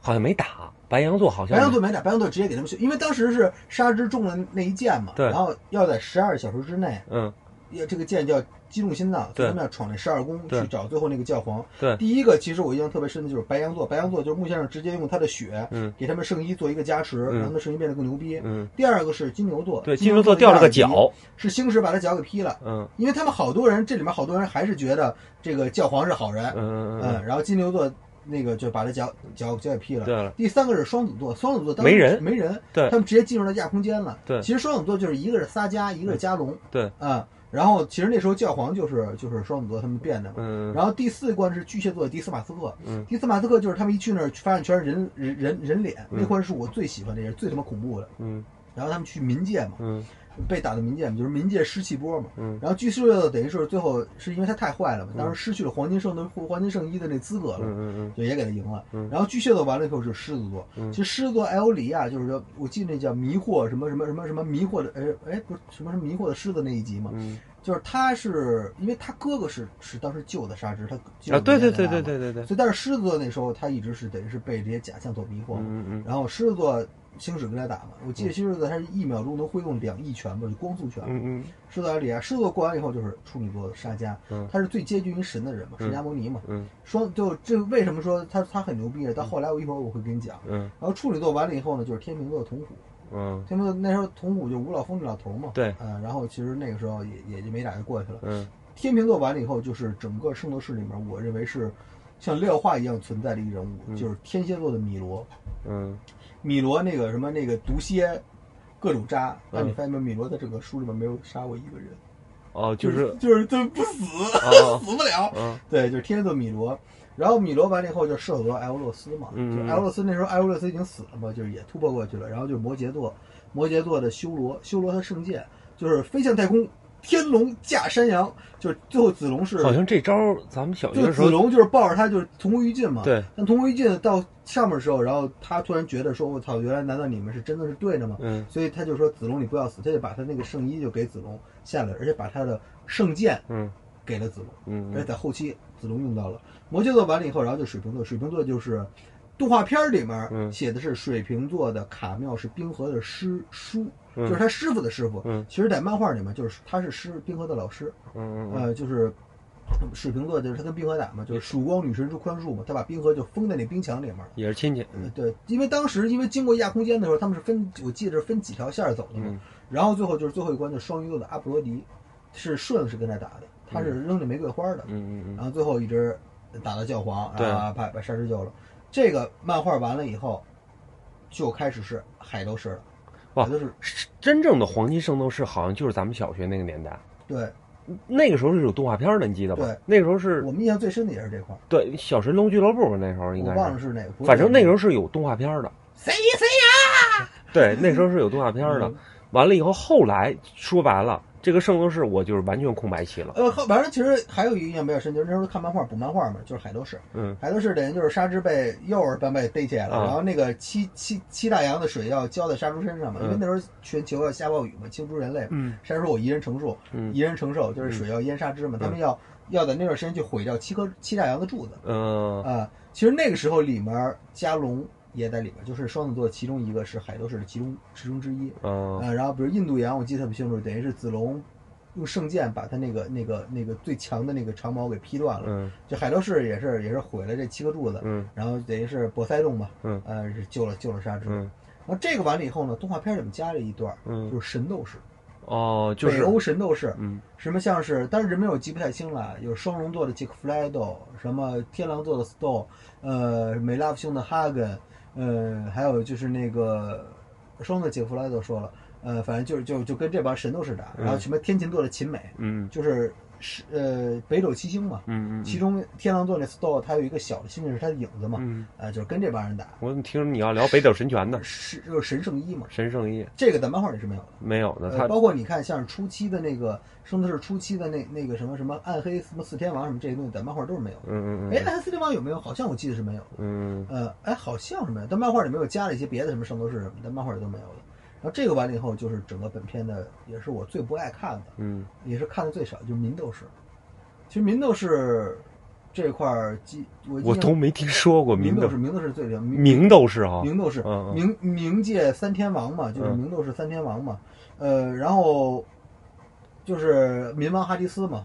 [SPEAKER 6] 好像没打白羊座，好像
[SPEAKER 5] 白羊座没打，白羊座直接给他们修，因为当时是沙之中了那一箭嘛，
[SPEAKER 6] 对
[SPEAKER 5] 然后要在十二小时之内，
[SPEAKER 6] 嗯
[SPEAKER 5] 要这个箭叫击中心脏，所
[SPEAKER 6] 对
[SPEAKER 5] 以他们要闯那十二宫
[SPEAKER 6] 对
[SPEAKER 5] 去找最后那个教皇。
[SPEAKER 6] 对
[SPEAKER 5] 第一个其实我印象特别深的就是白羊座，白羊座就是穆先生直接用他的血
[SPEAKER 6] 嗯
[SPEAKER 5] 给他们圣衣做一个加持，
[SPEAKER 6] 嗯
[SPEAKER 5] 让他们圣衣变得更牛逼。
[SPEAKER 6] 嗯，
[SPEAKER 5] 第二个是金牛座，
[SPEAKER 6] 对，
[SPEAKER 5] 金
[SPEAKER 6] 金牛座掉了个脚，
[SPEAKER 5] 是星矢把他脚给劈了，
[SPEAKER 6] 嗯
[SPEAKER 5] 因为他们好多人这里面好多人还是觉得这个教皇是好人，
[SPEAKER 6] 嗯嗯
[SPEAKER 5] 嗯，然后金牛座那个就把他脚脚脚给劈了。
[SPEAKER 6] 对了，
[SPEAKER 5] 第三个是双子座，双子座当
[SPEAKER 6] 没人
[SPEAKER 5] 没人，
[SPEAKER 6] 对
[SPEAKER 5] 他们直接进入到亚空间了。
[SPEAKER 6] 对嗯
[SPEAKER 5] 其实双子座就是一个是撒迦，一个是加隆，
[SPEAKER 6] 对，
[SPEAKER 5] 啊，然后其实那时候教皇就是就是双子座他们变的嘛。
[SPEAKER 6] 嗯
[SPEAKER 5] 然后第四关是巨蟹座的迪斯马斯克，
[SPEAKER 6] 嗯
[SPEAKER 5] 迪斯马斯克就是他们一去那儿发现全是人人人人脸，
[SPEAKER 6] 嗯
[SPEAKER 5] 那关是我最喜欢的，也是最他妈恐怖的。
[SPEAKER 6] 嗯
[SPEAKER 5] 然后他们去冥界嘛，
[SPEAKER 6] 嗯
[SPEAKER 5] 被打到冥界嘛，就是冥界湿气波嘛。
[SPEAKER 6] 嗯
[SPEAKER 5] 然后巨蟹座等于是最后是因为他太坏了嘛，当时失去了黄金圣的黄金圣衣的那资格了。
[SPEAKER 6] 嗯嗯
[SPEAKER 5] 就也给他赢了。
[SPEAKER 6] 嗯
[SPEAKER 5] 然后巨蟹座完了以后是狮子座，
[SPEAKER 6] 嗯
[SPEAKER 5] 其实狮子座艾欧里亚就是说，我记得那叫迷惑什么什么什么什么迷惑的，哎哎，不是什么什么迷惑的狮子那一集嘛，
[SPEAKER 6] 嗯
[SPEAKER 5] 就是他是因为他哥哥是是当时救的沙之，他救
[SPEAKER 6] 啊，
[SPEAKER 5] 了
[SPEAKER 6] 对
[SPEAKER 5] 维
[SPEAKER 6] 对
[SPEAKER 5] 也
[SPEAKER 6] 对
[SPEAKER 5] 纳
[SPEAKER 6] 对
[SPEAKER 5] 嘛，
[SPEAKER 6] 对对对，
[SPEAKER 5] 所以但是狮子座那时候他一直是等于是被这些假象所迷惑嘛，
[SPEAKER 6] 嗯嗯
[SPEAKER 5] 然后狮子座星矢跟他打嘛，我记得星矢座他是一秒钟能挥动两亿拳吧，就光速拳，
[SPEAKER 6] 嗯
[SPEAKER 5] 狮子座里啊，狮子座过完以后就是处女座的沙迦，
[SPEAKER 6] 嗯
[SPEAKER 5] 他是最接近于神的人嘛，
[SPEAKER 6] 嗯
[SPEAKER 5] 释迦牟尼嘛，
[SPEAKER 6] 嗯
[SPEAKER 5] 双就这为什么说他他很牛逼呢？到后来我一会儿我会跟你讲。
[SPEAKER 6] 嗯
[SPEAKER 5] 然后处女座完了以后呢，就是天秤座的童虎，
[SPEAKER 6] 嗯
[SPEAKER 5] 天秤座那时候童虎就吴老峰这老头嘛，
[SPEAKER 6] 对
[SPEAKER 5] 嗯，然后其实那个时候也也就没打就过去了。
[SPEAKER 6] 嗯
[SPEAKER 5] 天秤座完了以后，就是整个圣斗士里面，我认为是像廖化一样存在的一人物，
[SPEAKER 6] 嗯
[SPEAKER 5] 就是天蝎座的米罗，
[SPEAKER 6] 嗯
[SPEAKER 5] 米罗那个什么那个毒蝎，各种渣，但你
[SPEAKER 6] 嗯
[SPEAKER 5] 发现没？米罗在整个书里面没有杀过一个人。
[SPEAKER 6] 哦，就
[SPEAKER 5] 就是就是他不死，
[SPEAKER 6] 哦
[SPEAKER 5] 死不了。
[SPEAKER 6] 嗯
[SPEAKER 5] 对，就是天蝎座米罗，然后米罗完了以后就射手座艾欧洛斯嘛，
[SPEAKER 6] 嗯
[SPEAKER 5] 就是艾欧洛斯那时候艾欧洛斯已经死了嘛，就是也突破过去了。然后就是摩羯座，摩羯座的修罗，修罗他圣剑就是飞向太空，天龙驾山羊，就是最后子龙是
[SPEAKER 6] 好像这招儿咱们小学
[SPEAKER 5] 就
[SPEAKER 6] 的时
[SPEAKER 5] 子
[SPEAKER 6] 候
[SPEAKER 5] 龙就是抱着他就是同归于尽嘛。
[SPEAKER 6] 对，
[SPEAKER 5] 但同归于尽到上面的时候，然后他突然觉得说：“我操，原来难道你们是真的是对的吗？”
[SPEAKER 6] 嗯
[SPEAKER 5] 所以他就说子龙你不要死，他就把他那个圣衣就给子龙下来了，而且把他的圣剑
[SPEAKER 6] 嗯
[SPEAKER 5] 给了子龙，
[SPEAKER 6] 嗯
[SPEAKER 5] 而且在后期子龙用到了。摩羯座完了以后，然后就水瓶座，水瓶座就是动画片里面
[SPEAKER 6] 嗯
[SPEAKER 5] 写的是水瓶座的卡妙是冰河的师叔，
[SPEAKER 6] 嗯
[SPEAKER 5] 就是他师傅的师傅。
[SPEAKER 6] 嗯
[SPEAKER 5] 其实，在漫画里面就是他是师冰河的老师，
[SPEAKER 6] 嗯嗯
[SPEAKER 5] 呃，就是。水瓶座就是他跟冰河打嘛，就是曙光女神之宽恕嘛，他把冰河就封在那冰墙里面了。
[SPEAKER 6] 也是亲戚，
[SPEAKER 5] 呃对，因为当时因为经过亚空间的时候，他们是分，我记得是分几条线儿走的嘛。
[SPEAKER 6] 嗯
[SPEAKER 5] 然后最后就是最后一关，就是双鱼座的阿波罗迪，是顺是跟他打的，他是扔那玫瑰花的，
[SPEAKER 6] 嗯嗯
[SPEAKER 5] 然后最后一直打到教皇，啊
[SPEAKER 6] 对
[SPEAKER 5] 然后把把沙之救了。这个漫画完了以后，就开始是海斗士了，
[SPEAKER 6] 哇
[SPEAKER 5] 海斗士
[SPEAKER 6] 嗯，真正的黄金圣斗士好像就是咱们小学那个年代，
[SPEAKER 5] 对
[SPEAKER 6] 那个时候是有动画片儿的，你记得吧
[SPEAKER 5] 对？
[SPEAKER 6] 那个时候是
[SPEAKER 5] 我们印象最深的也是这块儿，
[SPEAKER 6] 对小神龙俱乐部吧，那时候应
[SPEAKER 5] 我
[SPEAKER 6] 该
[SPEAKER 5] 忘了
[SPEAKER 6] 是，
[SPEAKER 5] 是哪个，不是
[SPEAKER 6] 反正那时候
[SPEAKER 5] 个
[SPEAKER 6] 是有动画片儿 的。
[SPEAKER 3] 谁谁
[SPEAKER 6] 对，那时候是有动画片
[SPEAKER 5] 嗯
[SPEAKER 6] 儿的。 完了以后，后来说白了，这个圣斗士我就是完全空白期了。
[SPEAKER 5] 呃，后反正其实还有一个印象比较深，就是那时候看漫画补漫画嘛，就是海斗士。
[SPEAKER 6] 嗯
[SPEAKER 5] 海斗士等于就是沙之被幼儿般被逮起来了，
[SPEAKER 6] 啊
[SPEAKER 5] 然后那个七七七大洋的水要浇在沙猪身上嘛，因为
[SPEAKER 6] 嗯
[SPEAKER 5] 那时候全球要下暴雨嘛，清除人类嘛。
[SPEAKER 6] 嗯
[SPEAKER 5] 沙猪我一人承受，
[SPEAKER 6] 嗯
[SPEAKER 5] 一人承受就是水要淹沙之嘛，他们要要在那段时间去毁掉七颗七大洋的柱子啊、
[SPEAKER 6] 呃
[SPEAKER 5] 其实那个时候里面加隆也在里面，就是双子座其中一个是海斗士的其中其中之一。
[SPEAKER 6] 呃
[SPEAKER 5] 呃，然后比如印度洋，我记得特别清楚，等于是子龙用圣剑把他那个那个那个最强的那个长矛给劈断了。
[SPEAKER 6] 嗯
[SPEAKER 5] 就海斗士也是也是毁了这七个柱子，
[SPEAKER 6] 嗯
[SPEAKER 5] 然后等于是博塞冬嘛，
[SPEAKER 6] 嗯
[SPEAKER 5] 呃是救了救了沙之。
[SPEAKER 6] 嗯
[SPEAKER 5] 然后这个完了以后呢，动画片里面加了一段，
[SPEAKER 6] 嗯
[SPEAKER 5] 就是神斗士，
[SPEAKER 6] 哦，就是
[SPEAKER 5] 北欧神斗士，
[SPEAKER 6] 嗯
[SPEAKER 5] 什么像是，但是人名我记不太清了，有双龙座的杰克弗莱斗，什么天狼座的 Stow，呃，美拉夫兄的哈根，呃，还有就是那个双子杰克弗莱斗说了，呃，反正就是就就跟这帮神斗士打，然后什么天琴座的琴美，
[SPEAKER 6] 嗯
[SPEAKER 5] 就是是呃北斗七星嘛，
[SPEAKER 6] 嗯嗯
[SPEAKER 5] 其中天狼座那 Stow 他有一个小的星星是他的影子嘛，
[SPEAKER 6] 嗯，
[SPEAKER 5] 啊、就是跟这帮人打，
[SPEAKER 6] 我怎么听着你要聊北斗神拳呢？
[SPEAKER 5] 是就是神圣一嘛，
[SPEAKER 6] 神圣一
[SPEAKER 5] 这个在漫画里是没有的。
[SPEAKER 6] 没有的，
[SPEAKER 5] 呃，
[SPEAKER 6] 他
[SPEAKER 5] 包括你看，像是初期的那个《圣斗士》初期的那那个什么什么暗黑什么四天王什么这些东西，在漫画都是没有的。
[SPEAKER 6] 嗯嗯
[SPEAKER 5] 哎，
[SPEAKER 6] 嗯
[SPEAKER 5] 暗黑四天王有没有？好像我记得是没有的。
[SPEAKER 6] 嗯
[SPEAKER 5] 呃，哎，好像是没有，但漫画里面有加了一些别的什么圣斗士什么，但漫画里都没有的。然后这个完了以后，就是整个本片的，也是我最不爱看的，
[SPEAKER 6] 嗯
[SPEAKER 5] 也是看的最少，就是《民斗士》。其实《民斗士》这块儿基我
[SPEAKER 6] 我
[SPEAKER 5] 印象
[SPEAKER 6] 都没听说过
[SPEAKER 5] 明
[SPEAKER 6] 明
[SPEAKER 5] 斗
[SPEAKER 6] 斗
[SPEAKER 5] 士，明斗士最厉害，明
[SPEAKER 6] 明斗士啊，
[SPEAKER 5] 明斗士
[SPEAKER 6] 嗯嗯
[SPEAKER 5] 明明界三天王嘛，就是
[SPEAKER 6] 嗯
[SPEAKER 5] 明斗士三天王嘛，呃，然后就是民王哈迪斯嘛，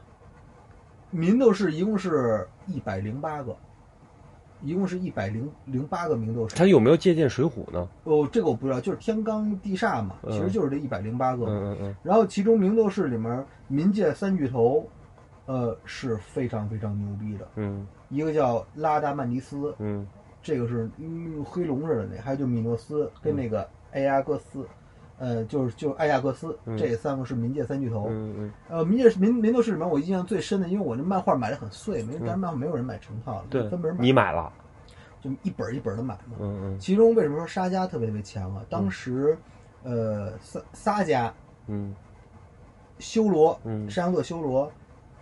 [SPEAKER 5] 民斗士一共是一百零八个，一共是一百零零八个明斗士。
[SPEAKER 6] 他有没有借鉴水浒呢？
[SPEAKER 5] 哦，这个我不知道，就是天罡地煞嘛，其实就是这一百零八个。
[SPEAKER 6] 嗯嗯嗯，
[SPEAKER 5] 然后其中明斗士里面民界三巨头，呃，是非常非常牛逼的，
[SPEAKER 6] 嗯
[SPEAKER 5] 一个叫拉达曼迪斯，
[SPEAKER 6] 嗯
[SPEAKER 5] 这个是嗯黑龙似的那，还有就米诺斯
[SPEAKER 6] 嗯
[SPEAKER 5] 跟那个埃亚克斯，呃，就是就是艾亚克斯，
[SPEAKER 6] 嗯
[SPEAKER 5] 这三个是冥界三巨头。
[SPEAKER 6] 嗯嗯，
[SPEAKER 5] 呃，冥界民民斗士里面我印象最深的，因为我那漫画买的很碎，没人
[SPEAKER 6] 嗯
[SPEAKER 5] 咱漫画没有人买成套的，
[SPEAKER 6] 对
[SPEAKER 5] 分门，买，
[SPEAKER 6] 你买了，
[SPEAKER 5] 就一本一本的买嘛。
[SPEAKER 6] 嗯
[SPEAKER 5] 其中为什么说沙加特别特别强啊？当时，呃，撒撒加、
[SPEAKER 6] 嗯
[SPEAKER 5] 修罗、
[SPEAKER 6] 嗯
[SPEAKER 5] 山羊座修罗、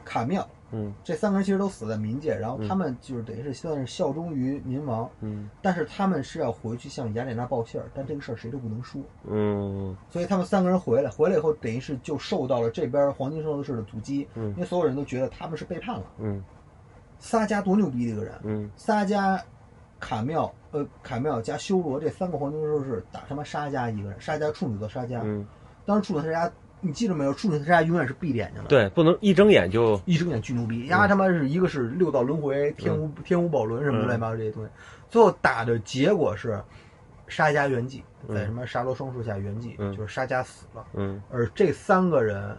[SPEAKER 5] 卡妙
[SPEAKER 6] 嗯
[SPEAKER 5] 这三个人其实都死在冥界，然后
[SPEAKER 6] 嗯
[SPEAKER 5] 他们就是等于是算是效忠于冥王。
[SPEAKER 6] 嗯
[SPEAKER 5] 但是他们是要回去向雅典娜报信儿，但这个事儿谁都不能说，
[SPEAKER 6] 嗯
[SPEAKER 5] 所以他们三个人回来，回来以后等于是就受到了这边黄金圣斗士的阻击，
[SPEAKER 6] 嗯
[SPEAKER 5] 因为所有人都觉得他们是背叛了。
[SPEAKER 6] 嗯
[SPEAKER 5] 撒加多牛逼的一个人，
[SPEAKER 6] 嗯
[SPEAKER 5] 撒加、卡妙、呃卡妙加修罗这三个黄金圣斗士打他妈沙加一个人，沙加处女座沙加，
[SPEAKER 6] 嗯，
[SPEAKER 5] 当时处女座沙加，你记住没有？处女座沙加永远是闭着眼睛的。。
[SPEAKER 6] 对，不能一睁眼就
[SPEAKER 5] 一睁眼巨牛
[SPEAKER 6] 嗯
[SPEAKER 5] 逼，丫他妈是一个是六道轮回、天无天无宝轮
[SPEAKER 6] 嗯
[SPEAKER 5] 什么乱七八糟这些东西，最后打的结果是沙加圆寂，
[SPEAKER 6] 嗯
[SPEAKER 5] 在什么沙罗双树下圆寂，
[SPEAKER 6] 嗯
[SPEAKER 5] 就是沙加死了，
[SPEAKER 6] 嗯
[SPEAKER 5] 而这三个人。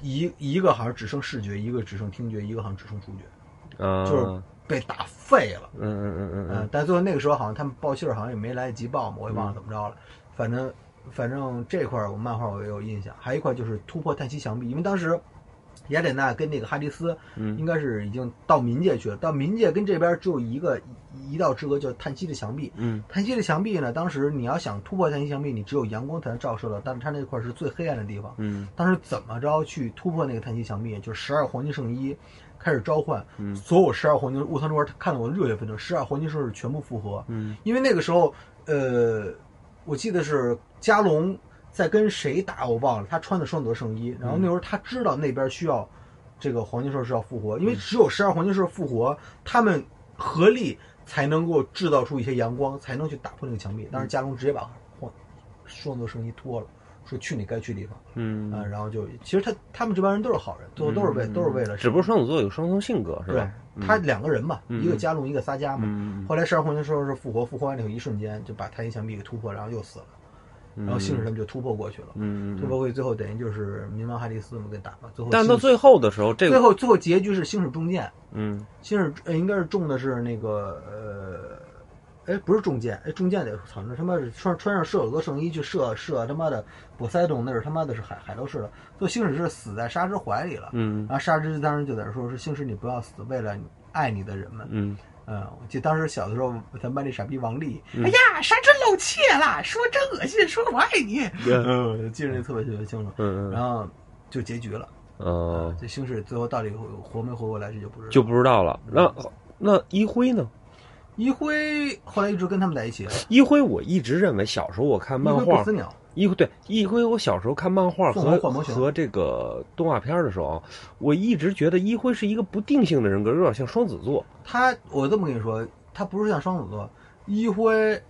[SPEAKER 5] 一一个好像只剩视觉，一个只剩听觉，一个好像只剩触觉，
[SPEAKER 6] 啊，
[SPEAKER 5] 就是被打废了。
[SPEAKER 6] 嗯嗯嗯
[SPEAKER 5] 嗯
[SPEAKER 6] 嗯，
[SPEAKER 5] 但最后那个时候好像他们报信儿好像也没来得及报嘛，我也忘了怎么着了。反正反正这块儿我漫画我也有印象，还有一块就是突破叹息墙壁，因为当时雅典娜跟那个哈迪斯
[SPEAKER 6] 嗯
[SPEAKER 5] 应该是已经到冥界去了，到冥界跟这边只有一个一一道之隔，就是叹息的墙壁。
[SPEAKER 6] 嗯
[SPEAKER 5] 叹息的墙壁呢，当时你要想突破叹息墙壁，你只有阳光才能照射到，但是它那块儿是最黑暗的地方。
[SPEAKER 6] 嗯
[SPEAKER 5] 当时怎么着去突破那个叹息墙壁？就是十二黄金圣衣开始召唤，
[SPEAKER 6] 嗯
[SPEAKER 5] 所有十二黄金，我操那会儿看得我热血沸腾，十二黄金圣士全部复活，
[SPEAKER 6] 嗯
[SPEAKER 5] 因为那个时候，呃，我记得是加隆在跟谁打，我忘了，他穿的双德圣
[SPEAKER 6] 嗯
[SPEAKER 5] 衣，然后那时候他知道那边需要这个黄金兽是要复活，
[SPEAKER 6] 嗯
[SPEAKER 5] 因为只有十二黄金兽复活，他们合力才能够制造出一些阳光，才能去打破那个墙壁。
[SPEAKER 6] 嗯
[SPEAKER 5] 当时加隆直接把黄双德圣衣脱了。说去你该去的地方
[SPEAKER 6] 嗯嗯
[SPEAKER 5] 啊、然后就其实他他们这帮人都是好人，最后都是为、都是为了
[SPEAKER 6] 只不过双子座有双重性格是
[SPEAKER 5] 对
[SPEAKER 6] 吧？
[SPEAKER 5] 他两个人嘛，
[SPEAKER 6] 嗯
[SPEAKER 5] 一个加隆一个撒加嘛，
[SPEAKER 6] 嗯
[SPEAKER 5] 后来十二黄金兽是复活，复活完以后一瞬间就把太阴墙壁给突破，然后又死了，
[SPEAKER 6] 嗯，
[SPEAKER 5] 然后信使他们就突破过去了，
[SPEAKER 6] 嗯
[SPEAKER 5] 突破过去最后等于就是冥王哈迪斯们给打了，最后
[SPEAKER 6] 但到
[SPEAKER 5] 星矢
[SPEAKER 6] 最后的时候，这
[SPEAKER 5] 最
[SPEAKER 6] 个
[SPEAKER 5] 后最后结局是星矢中箭，
[SPEAKER 6] 嗯
[SPEAKER 5] 星矢呃应该是中的是那个呃，哎不是中箭，哎中箭得操那他妈是穿穿上射手座圣衣去射射他妈的波塞冬那是他妈的是海海盗式的，最后星矢是死在沙之怀里了，
[SPEAKER 6] 嗯
[SPEAKER 5] 然后沙之当时就在那说是星矢你不要死，为了你爱你的人们。
[SPEAKER 6] 嗯
[SPEAKER 5] 嗯，我记得当时小的时候，咱们班那傻逼王丽，
[SPEAKER 6] 嗯
[SPEAKER 5] 哎呀，啥真露怯了，说真恶心，说我爱你，
[SPEAKER 6] 嗯
[SPEAKER 5] 嗯，我 记着那特别特别清楚。
[SPEAKER 6] 嗯
[SPEAKER 5] 然后就结局了，
[SPEAKER 6] 哦，
[SPEAKER 5] 这星矢最后到底活活没活过来，这就不知道。
[SPEAKER 6] 就不知道了。那那一辉呢？
[SPEAKER 5] 一辉后来一直跟他们在一起，
[SPEAKER 6] 一辉，我一直认为小时候我看
[SPEAKER 5] 一
[SPEAKER 6] 漫
[SPEAKER 5] 辉不
[SPEAKER 6] 画
[SPEAKER 5] 死，鸟，
[SPEAKER 6] 一辉对一辉，我小时候看漫画
[SPEAKER 5] 凤凰
[SPEAKER 6] 和
[SPEAKER 5] 幻魔拳
[SPEAKER 6] 和这个动画片的时候啊，我一直觉得一辉是一个不定性的人格，有点像双子座。
[SPEAKER 5] 他我这么跟你说，他不是像双子座，一辉，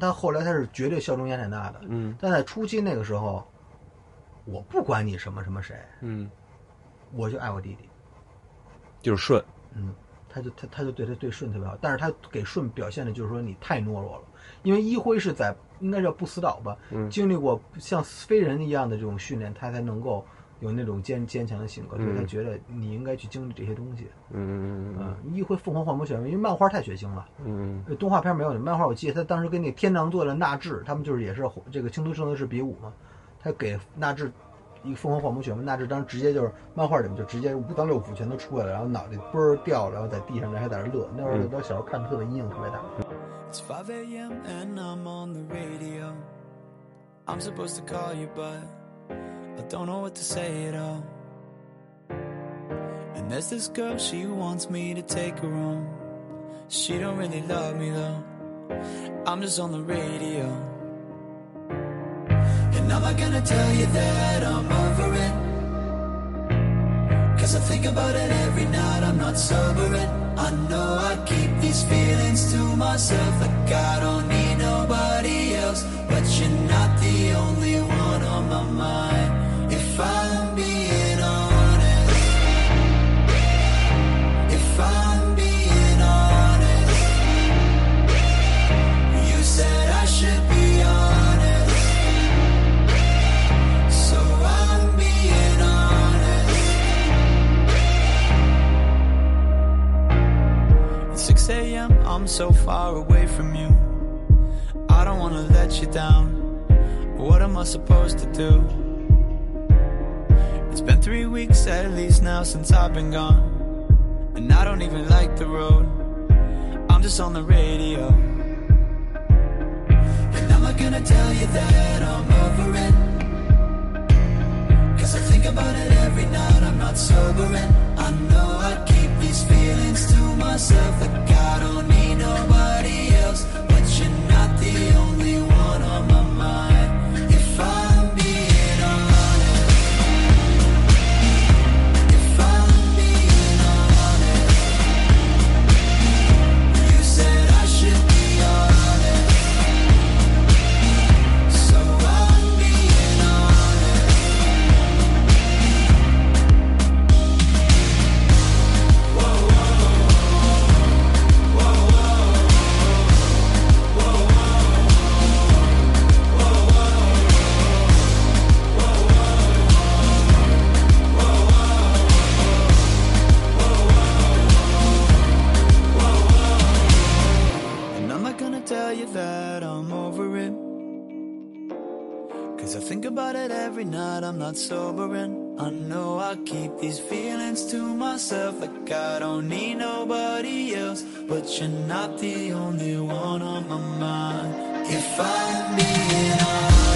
[SPEAKER 5] 他后来他是绝对效忠雅典娜的，
[SPEAKER 6] 嗯
[SPEAKER 5] 但在初期那个时候，我不管你什么什么谁，
[SPEAKER 6] 嗯，
[SPEAKER 5] 我就爱我弟弟。
[SPEAKER 6] 就是顺。
[SPEAKER 5] 嗯，他就他他就对他对舜特别好，但是他给舜表现的就是说你太懦弱了，因为一辉是在应该叫不死岛吧，
[SPEAKER 6] 嗯
[SPEAKER 5] 经历过像飞人一样的这种训练，他才能够有那种坚坚强的性格，所以他
[SPEAKER 6] 嗯
[SPEAKER 5] 觉得你应该去经历这些东西。
[SPEAKER 6] 嗯嗯
[SPEAKER 5] 嗯，一辉凤凰幻魔拳，因为漫画太血腥了，
[SPEAKER 6] 嗯嗯
[SPEAKER 5] 呃动画片没有，漫画我记得他当时跟那天狼座的纳智，他们就是也是这个青都圣斗士比武嘛，他给纳智。一个凤凰幻魔拳嘛，纳智当时直接就是漫画里面就直接五脏六腑全都出来了，然后脑袋嘣儿掉了，然后在地上那还在那乐。那会儿我小时候看特别阴影特别大。
[SPEAKER 7] It's 5 a.m. and I'm on the radio. I'm supposed to call you, but I don't know what to say at all. And there's this girl, she wants me to take her home. She don't really love me though. I'm just on the radio. And I'm not gonna tell you that I'm over it. Cause I think about it every night, I'm not not sober and I know I keep these feelings to myself like I don't need nobody else. But you're not the only one on my mind. If I'm being honest, if I'm being honest, you said I should be honest. So I'm being honest. At 6 a.m., I'm so far away from you. I don't wanna let you down. What am I supposed to do? It's been three weeks at least now since I've been gone. And I don't even like the road. I'm just on the radio. And I'm not gonna tell you that I'm over it. Cause I think about it every night, I'm not sober and I know I keep these feelings to myself Like I don't need nobody else But you're not the only one on my mind If I'm being honest If I'm being honest You said I should be honest So I'm being honest And I'm not gonna tell you that I'm over it. Cause I think about it every night, I'm not sober and I know I keep these feelings to myself like I don't need nobody else. But you're not the only one on my mind. If I'm being honest.